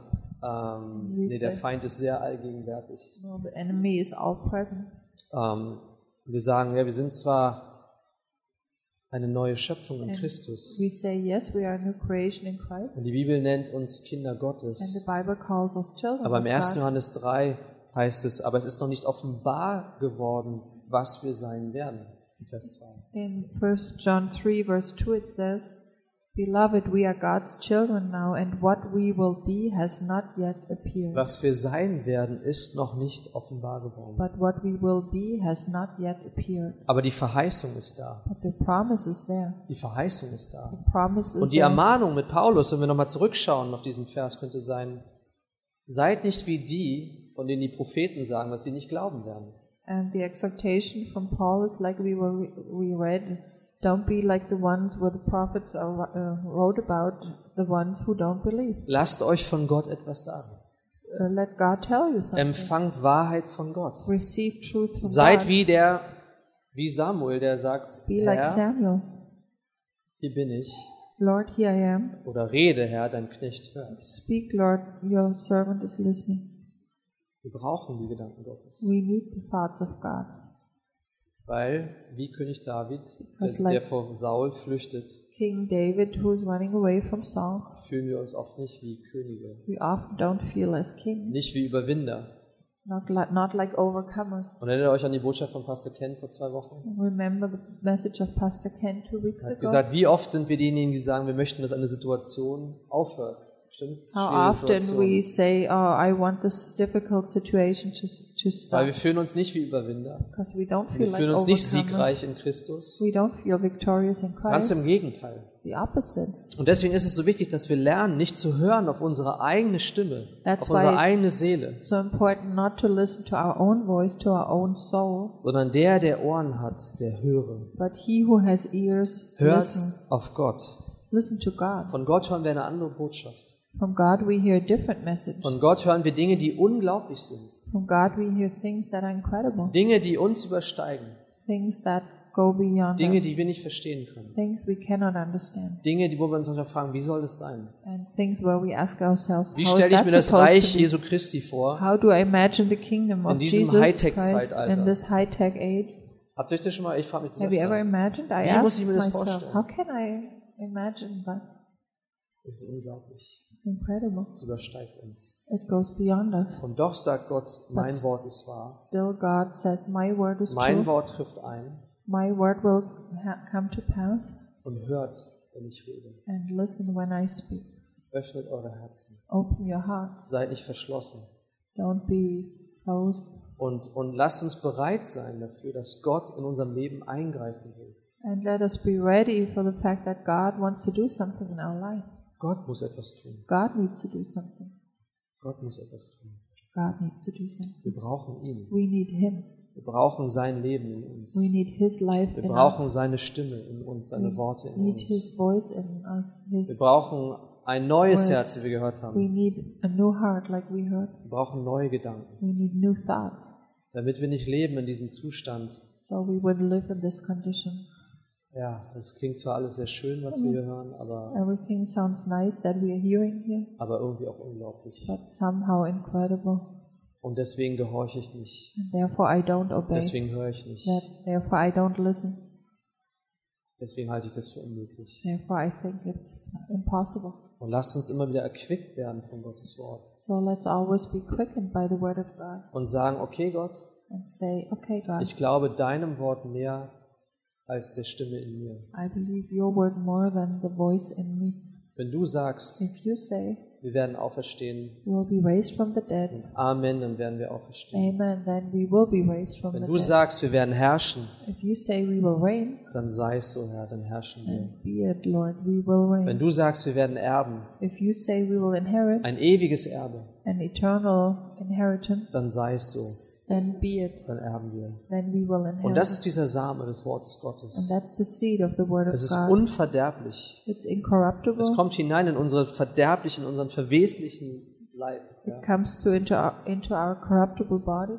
Speaker 1: ähm, nee, der Feind ist sehr allgegenwärtig.
Speaker 2: No, the enemy is all present.
Speaker 1: Ähm, wir sagen, ja, wir sind zwar eine neue Schöpfung in Christus.
Speaker 2: We say yes, we are a new creation in Christ,
Speaker 1: Und die Bibel nennt uns Kinder
Speaker 2: and
Speaker 1: Gottes.
Speaker 2: the Bible calls us children.
Speaker 1: Aber im
Speaker 2: of
Speaker 1: 1.
Speaker 2: God.
Speaker 1: Johannes 3 heißt es, aber es ist noch nicht offenbar geworden, was wir sein werden. Vers 2.
Speaker 2: In 1 John 3, verse 2, it says, Beloved, we are God's children now, and what we will be has not yet appeared.
Speaker 1: Was wir sein werden, ist noch nicht offenbar geworden.
Speaker 2: But what we will be has not yet appeared.
Speaker 1: Aber die Verheißung ist da.
Speaker 2: But the promise is there.
Speaker 1: Die Verheißung ist da.
Speaker 2: The promise is
Speaker 1: Und die
Speaker 2: there.
Speaker 1: Ermahnung mit Paulus, wenn wir nochmal zurückschauen auf diesen Vers, könnte sein, seid nicht wie die, von denen die Propheten sagen, dass sie nicht glauben werden.
Speaker 2: And the exhortation from Paul is like we were we read, don't be like the ones where the prophets are, uh, wrote about the ones who don't believe.
Speaker 1: Lasst euch von Gott etwas sagen.
Speaker 2: Uh, let God tell you something.
Speaker 1: Empfangt Wahrheit von Gott.
Speaker 2: Receive truth from
Speaker 1: Seid
Speaker 2: God.
Speaker 1: wie der, wie Samuel, der sagt,
Speaker 2: be like
Speaker 1: Herr,
Speaker 2: Samuel.
Speaker 1: hier bin ich.
Speaker 2: Lord, here I am.
Speaker 1: Oder rede, Herr, dein Knecht hört.
Speaker 2: Speak, Lord, your servant is listening.
Speaker 1: Wir brauchen die Gedanken Gottes.
Speaker 2: We need the thoughts of God.
Speaker 1: Weil, wie König David, der,
Speaker 2: Das Leid-
Speaker 1: der vor Saul flüchtet,
Speaker 2: King David, who's running away from Saul,
Speaker 1: fühlen wir uns oft nicht wie Könige.
Speaker 2: we often don't feel as king,
Speaker 1: Nicht wie Überwinder.
Speaker 2: not, li- not like overcomers.
Speaker 1: Und erinnert euch an die Botschaft von Pastor Ken vor zwei Wochen?
Speaker 2: Remember the message of Pastor Ken two weeks
Speaker 1: Er hat
Speaker 2: ago?
Speaker 1: gesagt, wie oft sind wir diejenigen, die sagen, wir möchten, dass eine Situation aufhört. Stimmt's?
Speaker 2: How
Speaker 1: Schwierige
Speaker 2: often
Speaker 1: Situation.
Speaker 2: we say, "Oh, I want this difficult situation to to
Speaker 1: Weil
Speaker 2: stop,"
Speaker 1: wir fühlen uns nicht wie Überwinder.
Speaker 2: because we don't feel
Speaker 1: Wir
Speaker 2: like
Speaker 1: fühlen uns nicht
Speaker 2: overcomers.
Speaker 1: siegreich in Christus.
Speaker 2: We don't feel victorious in
Speaker 1: Ganz
Speaker 2: Christ.
Speaker 1: im Gegenteil.
Speaker 2: The opposite.
Speaker 1: Und deswegen ist es so wichtig, dass wir lernen, nicht zu hören auf unsere eigene Stimme,
Speaker 2: That's
Speaker 1: auf unsere
Speaker 2: why-
Speaker 1: eigene Seele,
Speaker 2: So important not to listen to our own voice, to our own soul,
Speaker 1: sondern der, der Ohren hat, der höre.
Speaker 2: but he who has ears,
Speaker 1: Hört
Speaker 2: listen.
Speaker 1: auf Gott.
Speaker 2: Listen to God.
Speaker 1: Von Gott hören wir eine andere Botschaft.
Speaker 2: From God we hear a different message.
Speaker 1: Von Gott hören wir Dinge, die unglaublich sind.
Speaker 2: From God we hear things that are incredible,
Speaker 1: Dinge, die uns übersteigen.
Speaker 2: things that go beyond
Speaker 1: Dinge,
Speaker 2: us,
Speaker 1: die wir nicht verstehen können.
Speaker 2: things we cannot understand,
Speaker 1: Dinge, die, wo wir uns manchmal fragen, wie soll das sein?
Speaker 2: and things where we ask ourselves,
Speaker 1: Wie
Speaker 2: how is
Speaker 1: stelle ich
Speaker 2: that
Speaker 1: mir das
Speaker 2: supposed
Speaker 1: Reich
Speaker 2: to be?
Speaker 1: Jesu Christi vor?
Speaker 2: How do I imagine the kingdom
Speaker 1: In
Speaker 2: of
Speaker 1: diesem
Speaker 2: Jesus Christ
Speaker 1: Hightech-Zeitalter.
Speaker 2: in this high-tech age?
Speaker 1: Habt ihr euch das schon mal? Ich frage mich das
Speaker 2: Have you ever
Speaker 1: öfter.
Speaker 2: imagined? I
Speaker 1: Wie muss
Speaker 2: asked
Speaker 1: ich mir das
Speaker 2: myself,
Speaker 1: vorstellen?
Speaker 2: how can I imagine that?
Speaker 1: Das ist unglaublich.
Speaker 2: It's incredible.
Speaker 1: Es übersteigt uns.
Speaker 2: It goes beyond us.
Speaker 1: Und doch sagt Gott, mein Wort ist wahr.
Speaker 2: Still, God says, "My word is
Speaker 1: Mein
Speaker 2: true.
Speaker 1: Wort trifft ein
Speaker 2: My word will ha- come to pass."
Speaker 1: und hört, wenn ich rede.
Speaker 2: And listen when I speak.
Speaker 1: Öffnet eure Herzen.
Speaker 2: Open your heart.
Speaker 1: Seid nicht verschlossen.
Speaker 2: Don't be closed
Speaker 1: Und, und lasst uns bereit sein dafür, dass Gott in unserem Leben eingreifen will.
Speaker 2: and let us be ready for the fact that God wants to do something in our life.
Speaker 1: Gott muss etwas tun.
Speaker 2: God needs to do something.
Speaker 1: Gott muss etwas tun.
Speaker 2: God needs to do something.
Speaker 1: Wir brauchen ihn.
Speaker 2: We need Him.
Speaker 1: Wir brauchen sein Leben in uns.
Speaker 2: We
Speaker 1: Wir
Speaker 2: need His life in us.
Speaker 1: brauchen seine Stimme in uns, seine Worte
Speaker 2: We
Speaker 1: in
Speaker 2: need His
Speaker 1: uns.
Speaker 2: voice in us.
Speaker 1: Wir
Speaker 2: His,
Speaker 1: brauchen ein neues
Speaker 2: Words.
Speaker 1: Herz, wie wir gehört
Speaker 2: we
Speaker 1: haben.
Speaker 2: need a new heart like we heard.
Speaker 1: Wir brauchen neue Gedanken,
Speaker 2: We need new thoughts
Speaker 1: damit wir nicht leben in diesem Zustand.
Speaker 2: so we wouldn't live in this condition.
Speaker 1: Ja, das klingt zwar alles sehr schön, was wir hier hören, aber,
Speaker 2: Everything sounds nice that we are hearing here,
Speaker 1: aber irgendwie auch unglaublich.
Speaker 2: but somehow incredible.
Speaker 1: Und deswegen gehorche ich nicht.
Speaker 2: And therefore I don't obey.
Speaker 1: Deswegen höre ich nicht.
Speaker 2: That, therefore I don't listen.
Speaker 1: Deswegen halte ich das für unmöglich.
Speaker 2: Therefore, I think it's impossible.
Speaker 1: Und lasst uns immer wieder erquickt werden von Gottes Wort
Speaker 2: So let's always be quickened by the word of God
Speaker 1: und sagen, okay Gott,
Speaker 2: and say, okay, God,
Speaker 1: Ich glaube deinem Wort mehr als der Stimme in mir.
Speaker 2: I believe your word more than the voice in me.
Speaker 1: Wenn du sagst,
Speaker 2: If you say,
Speaker 1: wir werden auferstehen,
Speaker 2: we will be raised from the dead,
Speaker 1: Amen, dann werden wir auferstehen.
Speaker 2: amen, then we will be raised from
Speaker 1: Wenn
Speaker 2: the
Speaker 1: du
Speaker 2: dead.
Speaker 1: sagst, wir werden herrschen,
Speaker 2: If you say we will reign,
Speaker 1: dann sei es so, Herr, dann herrschen wir.
Speaker 2: then be it, Lord, we will
Speaker 1: Wenn
Speaker 2: reign.
Speaker 1: du sagst, wir werden erben,
Speaker 2: If you say we will inherit
Speaker 1: ein ewiges Erbe,
Speaker 2: an eternal inheritance,
Speaker 1: dann sei es so,
Speaker 2: then be it,
Speaker 1: dann erben wir.
Speaker 2: then we will
Speaker 1: Und
Speaker 2: inherit.
Speaker 1: das ist dieser Same des Wortes
Speaker 2: And
Speaker 1: Gottes.
Speaker 2: that's the seed of the word of
Speaker 1: Es ist
Speaker 2: God.
Speaker 1: unverderblich.
Speaker 2: It's
Speaker 1: Es
Speaker 2: incorruptible.
Speaker 1: kommt hinein in unsere verderblichen, in unseren verweslichen Leib. Ja.
Speaker 2: It comes to into our, into our corruptible body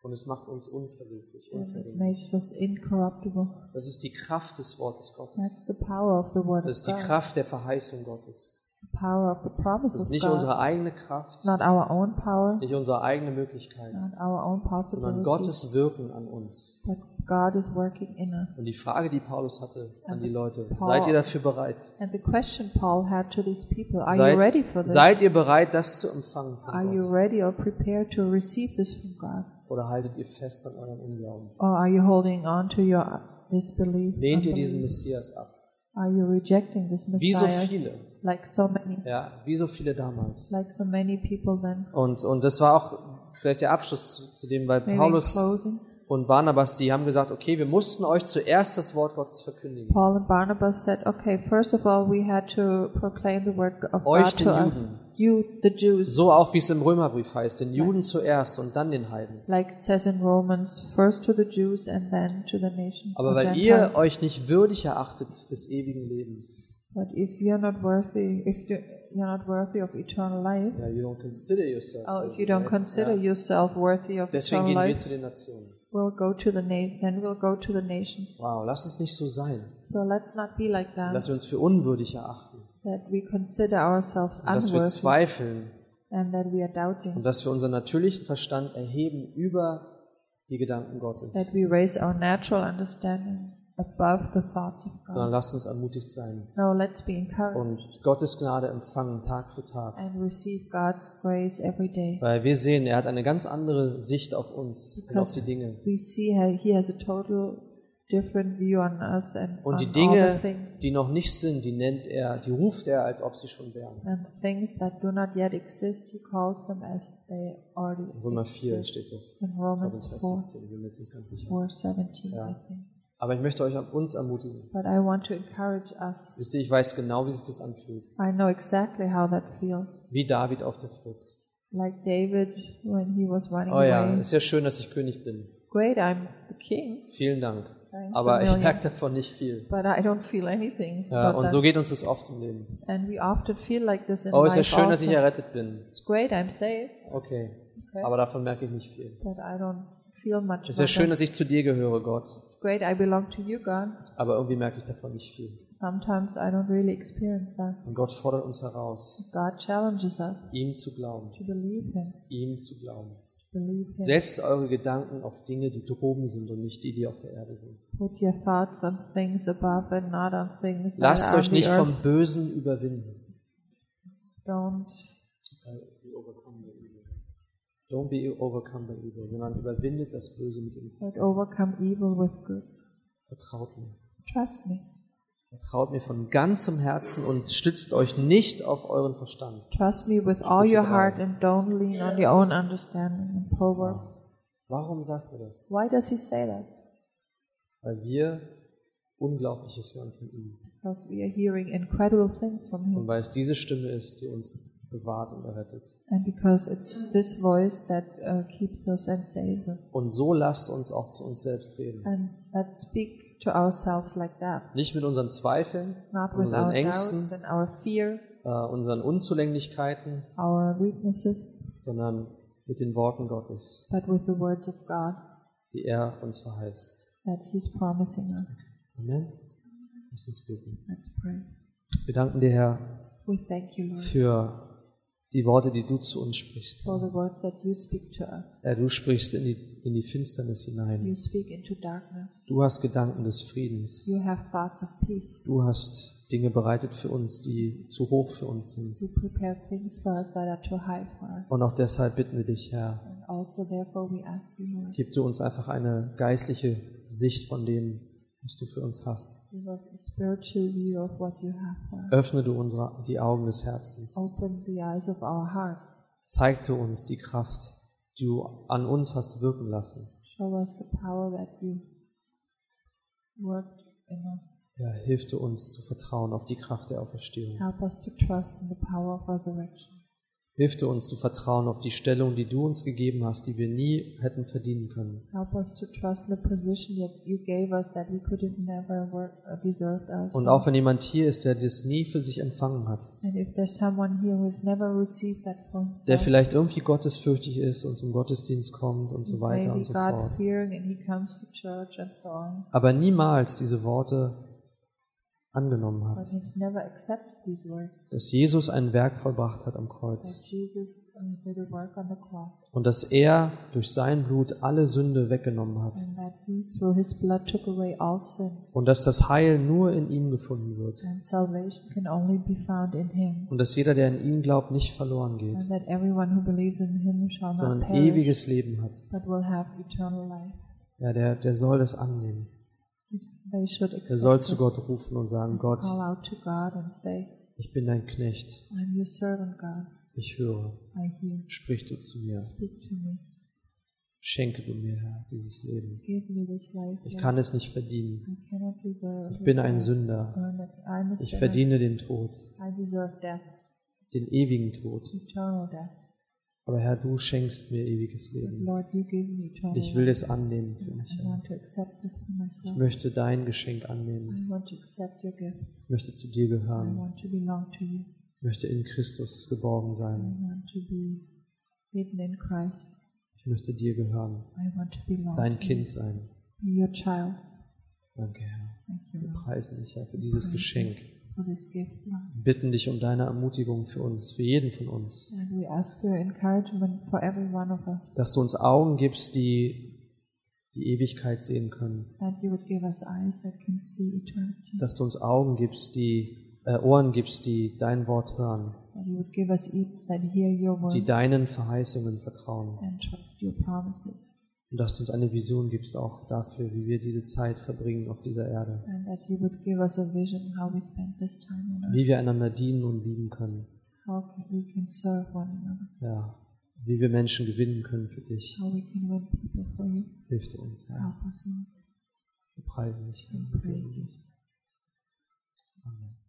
Speaker 1: Und es macht uns unverweslich,
Speaker 2: and it
Speaker 1: unvergänglich.
Speaker 2: makes us incorruptible.
Speaker 1: Das ist die Kraft des Wortes Gottes.
Speaker 2: That's the power of the Word
Speaker 1: Das ist die
Speaker 2: of God.
Speaker 1: Kraft der Verheißung Gottes.
Speaker 2: It's the power of the
Speaker 1: Das ist
Speaker 2: promise of
Speaker 1: nicht
Speaker 2: God.
Speaker 1: unsere eigene Kraft,
Speaker 2: It's not our own power,
Speaker 1: nicht unsere eigene Möglichkeit,
Speaker 2: not our own
Speaker 1: sondern
Speaker 2: possibilities,
Speaker 1: Gottes Wirken an uns.
Speaker 2: but God is working in us.
Speaker 1: Und die Frage, die Paulus hatte an die Leute,
Speaker 2: Paul-
Speaker 1: seid ihr dafür bereit?
Speaker 2: And the question Paul had to these people: Are you ready for
Speaker 1: Seid,
Speaker 2: this?
Speaker 1: seid ihr bereit, das zu empfangen
Speaker 2: Are
Speaker 1: von
Speaker 2: you
Speaker 1: Gott?
Speaker 2: ready or prepared to receive this from God,
Speaker 1: Oder haltet ihr fest an eurem Unglauben?
Speaker 2: or are you holding on to your disbelief?
Speaker 1: Lehnt ihr
Speaker 2: unbelief?
Speaker 1: diesen Messias ab?
Speaker 2: Are you rejecting this
Speaker 1: Wie so
Speaker 2: Messiah?
Speaker 1: viele,
Speaker 2: Like so many,
Speaker 1: ja, wie so viele damals.
Speaker 2: like so many people then.
Speaker 1: Und, und das war auch vielleicht der Abschluss zu, zu dem, weil
Speaker 2: Maybe in
Speaker 1: Paulus
Speaker 2: closing.
Speaker 1: und Barnabas, die haben gesagt, okay, wir mussten euch zuerst das Wort Gottes verkündigen.
Speaker 2: Paul and Barnabas said, okay, first of all, we had to proclaim the word of
Speaker 1: Euch,
Speaker 2: God
Speaker 1: den
Speaker 2: to us.
Speaker 1: Juden.
Speaker 2: You, the Jews,
Speaker 1: So auch wie es im Römerbrief heißt, den Juden zuerst und dann den Heiden.
Speaker 2: like it says in Romans, first to the Jews and then to the nations.
Speaker 1: Aber
Speaker 2: or
Speaker 1: weil ihr
Speaker 2: Gentiles.
Speaker 1: euch nicht würdig erachtet des ewigen Lebens,
Speaker 2: but if you're not worthy, if you- you're not worthy of eternal life,
Speaker 1: ja, you don't consider yourself.
Speaker 2: or if
Speaker 1: worthy,
Speaker 2: Oh, you don't
Speaker 1: right?
Speaker 2: consider
Speaker 1: ja.
Speaker 2: yourself worthy of
Speaker 1: Deswegen
Speaker 2: eternal
Speaker 1: gehen wir
Speaker 2: life,
Speaker 1: zu den Nationen.
Speaker 2: we'll go to the na- then we'll go to the nations.
Speaker 1: Wow, lass uns nicht so sein,
Speaker 2: So let's not be like that,
Speaker 1: dass wir uns für unwürdig erachten,
Speaker 2: that we consider ourselves
Speaker 1: und dass wir
Speaker 2: unworthy
Speaker 1: zweifeln
Speaker 2: and that we are
Speaker 1: und
Speaker 2: doubting,
Speaker 1: dass wir unseren natürlichen Verstand erheben über die Gedanken
Speaker 2: that
Speaker 1: Gottes,
Speaker 2: we raise our natural understanding above the thoughts of God.
Speaker 1: sondern lasst uns ermutigt sein
Speaker 2: No, let's be encouraged
Speaker 1: und Gottes Gnade empfangen Tag für Tag.
Speaker 2: and receive God's grace every day.
Speaker 1: Weil wir sehen, er hat eine ganz andere Sicht auf uns und auf die Dinge.
Speaker 2: We see how He has a total different view on us and
Speaker 1: Und die
Speaker 2: on all
Speaker 1: Dinge,
Speaker 2: the things.
Speaker 1: die noch nicht sind, die nennt er, die ruft er, als ob sie schon wären.
Speaker 2: And things that do not yet exist, he calls them as they already
Speaker 1: In Römer 4
Speaker 2: exist.
Speaker 1: steht das.
Speaker 2: In
Speaker 1: Ich glaube, es
Speaker 2: Romans
Speaker 1: ist Vers
Speaker 2: 4,
Speaker 1: 17, ich bin mir jetzt nicht ganz sicher.
Speaker 2: 4 17,
Speaker 1: Ja.
Speaker 2: I think.
Speaker 1: Aber ich möchte euch uns ermutigen.
Speaker 2: But I want to encourage us.
Speaker 1: Wisst ihr, ich weiß genau, wie sich das anfühlt.
Speaker 2: I know exactly how that feels.
Speaker 1: Wie David auf der Flucht.
Speaker 2: Like David when he was running
Speaker 1: Oh ja,
Speaker 2: away.
Speaker 1: ist ja schön, dass ich König bin.
Speaker 2: Great, I'm the king.
Speaker 1: Vielen Dank.
Speaker 2: Thanks a
Speaker 1: Aber ich
Speaker 2: million.
Speaker 1: merke davon nicht viel.
Speaker 2: But I don't feel anything.
Speaker 1: Ja,
Speaker 2: about
Speaker 1: und
Speaker 2: that.
Speaker 1: so geht uns das oft im Leben.
Speaker 2: And we often feel like this in
Speaker 1: Oh,
Speaker 2: life
Speaker 1: ist ja schön, dass ich
Speaker 2: also.
Speaker 1: errettet bin.
Speaker 2: It's great, I'm saved,
Speaker 1: Okay.
Speaker 2: Okay.
Speaker 1: Aber davon merke ich nicht viel.
Speaker 2: but I don't feel much.
Speaker 1: Ist ja
Speaker 2: about
Speaker 1: schön,
Speaker 2: that.
Speaker 1: dass ich zu dir gehöre, Gott.
Speaker 2: It's great, I belong to you, God.
Speaker 1: Aber irgendwie merke ich davon nicht viel.
Speaker 2: Sometimes I don't really experience that.
Speaker 1: Und Gott fordert uns heraus,
Speaker 2: God challenges us
Speaker 1: ihm zu glauben.
Speaker 2: to believe Him,
Speaker 1: Ihm zu glauben.
Speaker 2: to believe Him.
Speaker 1: Setzt eure Gedanken auf Dinge, die droben sind und nicht die, die auf der Erde sind.
Speaker 2: Put your thoughts on things above and not on things that
Speaker 1: Lasst
Speaker 2: are
Speaker 1: euch
Speaker 2: on
Speaker 1: nicht
Speaker 2: the earth.
Speaker 1: vom Bösen überwinden.
Speaker 2: Don't
Speaker 1: Don't be overcome by evil, sondern überwindet das Böse mit dem
Speaker 2: but overcome evil with good.
Speaker 1: Vertraut mir.
Speaker 2: Trust me.
Speaker 1: Vertraut mir von ganzem Herzen und stützt euch nicht auf euren Verstand.
Speaker 2: Trust me with all
Speaker 1: Sprüche
Speaker 2: your
Speaker 1: drei.
Speaker 2: heart and don't lean on your own understanding. In Proverbs.
Speaker 1: Warum sagt er das?
Speaker 2: Why does he say that?
Speaker 1: Weil wir Unglaubliches hören von ihm.
Speaker 2: Because we are hearing incredible things from him.
Speaker 1: Und weil es diese Stimme ist, die uns bewahrt und errettet.
Speaker 2: And because it's this voice that uh, keeps us and saves us.
Speaker 1: Und so lasst uns auch zu uns selbst reden.
Speaker 2: And that speak to ourselves like that.
Speaker 1: Nicht mit unseren Zweifeln,
Speaker 2: Not with
Speaker 1: unseren
Speaker 2: our doubts
Speaker 1: Ängsten,
Speaker 2: and our fears,
Speaker 1: äh, unseren Unzulänglichkeiten,
Speaker 2: our weaknesses,
Speaker 1: sondern mit den Worten Gottes,
Speaker 2: but with the words of God
Speaker 1: die er uns verheißt.
Speaker 2: that he's promising us.
Speaker 1: Amen. Lass uns beten.
Speaker 2: Let's pray.
Speaker 1: Wir danken dir, Herr,
Speaker 2: We thank you, Lord,
Speaker 1: für die Worte, die du zu uns sprichst.
Speaker 2: for the words that you speak to us.
Speaker 1: Herr, du sprichst in die, in die Finsternis hinein.
Speaker 2: You speak into darkness.
Speaker 1: Du hast Gedanken des Friedens.
Speaker 2: You have thoughts of peace.
Speaker 1: Du hast Dinge bereitet für uns, die zu hoch für uns sind.
Speaker 2: You prepare things for us that are too high for us.
Speaker 1: Und auch deshalb bitten wir dich, Herr,
Speaker 2: And also, therefore, we ask you, Lord,
Speaker 1: gib du uns einfach eine geistliche Sicht von dem, was du für uns hast.
Speaker 2: Give us a spiritual view of what you have for us.
Speaker 1: Öffne du unsere, die Augen des Herzens.
Speaker 2: Open the eyes of our heart.
Speaker 1: Zeig du uns die Kraft, die du an uns hast wirken lassen.
Speaker 2: Show us the power that you worked in us.
Speaker 1: Ja, hilf du uns zu vertrauen auf die Kraft der Auferstehung.
Speaker 2: Help us to trust in the power of resurrection.
Speaker 1: Hilf du uns zu vertrauen auf die Stellung, die du uns gegeben hast, die wir nie hätten verdienen können.
Speaker 2: Help us to trust in the position that you gave us that we could have never work, uh, deserved ourselves.
Speaker 1: Und auch wenn jemand hier ist, der das nie für sich empfangen hat,
Speaker 2: and if there's someone here who has never received that for
Speaker 1: der
Speaker 2: himself,
Speaker 1: vielleicht irgendwie gottesfürchtig ist und zum Gottesdienst kommt und so weiter
Speaker 2: maybe
Speaker 1: und so
Speaker 2: God
Speaker 1: fort,
Speaker 2: fearing and he comes to church and so on,
Speaker 1: aber niemals diese Worte angenommen
Speaker 2: but
Speaker 1: hat,
Speaker 2: he's never accepted these words
Speaker 1: dass Jesus ein Werk vollbracht hat am
Speaker 2: that
Speaker 1: Kreuz
Speaker 2: Jesus uh, did a work on the cross.
Speaker 1: und dass er durch sein Blut alle Sünde weggenommen hat
Speaker 2: and that he through his blood took away all sin,
Speaker 1: und dass das Heil nur in ihm gefunden wird
Speaker 2: and salvation can only be found in him,
Speaker 1: und dass jeder, der an ihn glaubt, nicht verloren geht,
Speaker 2: and that everyone who believes in him shall not
Speaker 1: sondern
Speaker 2: perish,
Speaker 1: ewiges Leben hat.
Speaker 2: but will have eternal life.
Speaker 1: Ja, der, der soll das annehmen.
Speaker 2: They should
Speaker 1: Er
Speaker 2: accept
Speaker 1: soll zu
Speaker 2: this,
Speaker 1: Gott rufen und sagen, Gott,
Speaker 2: call out to God and say,
Speaker 1: ich bin dein Knecht,
Speaker 2: I'm your servant, God.
Speaker 1: ich höre,
Speaker 2: I hear.
Speaker 1: sprich du zu mir,
Speaker 2: Speak to me.
Speaker 1: schenke du mir, Herr, dieses Leben.
Speaker 2: Give me this life.
Speaker 1: Ich
Speaker 2: Lord.
Speaker 1: kann es nicht verdienen.
Speaker 2: I cannot deserve
Speaker 1: Ich
Speaker 2: it.
Speaker 1: bin ein
Speaker 2: I
Speaker 1: Sünder.
Speaker 2: earn it. I'm a
Speaker 1: Ich
Speaker 2: sinner.
Speaker 1: verdiene den Tod,
Speaker 2: I deserve death,
Speaker 1: den ewigen Tod.
Speaker 2: eternal death.
Speaker 1: Aber Herr, du schenkst mir ewiges
Speaker 2: But
Speaker 1: Leben.
Speaker 2: Lord, you give me eternal
Speaker 1: Ich will
Speaker 2: life.
Speaker 1: es annehmen für mich,
Speaker 2: I
Speaker 1: Herr.
Speaker 2: want to accept this for
Speaker 1: Ich
Speaker 2: myself.
Speaker 1: möchte dein Geschenk
Speaker 2: I
Speaker 1: annehmen.
Speaker 2: want to accept your gift.
Speaker 1: Ich möchte zu dir
Speaker 2: I
Speaker 1: gehören.
Speaker 2: want to belong to you.
Speaker 1: Ich möchte in Christus geborgen
Speaker 2: I
Speaker 1: sein.
Speaker 2: want to be hidden in Christ.
Speaker 1: Ich möchte dir gehören.
Speaker 2: I want to belong.
Speaker 1: Dein
Speaker 2: to you.
Speaker 1: Kind sein.
Speaker 2: Be your child.
Speaker 1: Danke, Herr.
Speaker 2: Thank you
Speaker 1: Wir
Speaker 2: Lord,
Speaker 1: preisen dich, Herr, für dieses Geschenk.
Speaker 2: for this gift. Lord.
Speaker 1: Wir bitten dich um deine Ermutigung für uns, für jeden von uns,
Speaker 2: And we ask for your encouragement for every one of us.
Speaker 1: dass du uns Augen gibst, die die Ewigkeit sehen können,
Speaker 2: That you would give us eyes that can see eternity.
Speaker 1: dass du uns Augen gibst, die äh, Ohren gibst, die dein Wort hören,
Speaker 2: That you would give us ears that hear your word
Speaker 1: die deinen Verheißungen vertrauen.
Speaker 2: and trust your promises.
Speaker 1: Wir und dass du uns eine Vision gibst auch dafür, wie wir diese Zeit verbringen auf dieser Erde,
Speaker 2: and that you would give us a vision how we spend this time on earth,
Speaker 1: wie wir einander dienen und lieben können,
Speaker 2: how can, we can serve one another,
Speaker 1: ja, wie wir Menschen gewinnen können für dich.
Speaker 2: how we can win people for you.
Speaker 1: Hilf du uns, ja.
Speaker 2: Help us, Lord.
Speaker 1: Wir preisen dich.
Speaker 2: Wir preisen dich.
Speaker 1: Amen.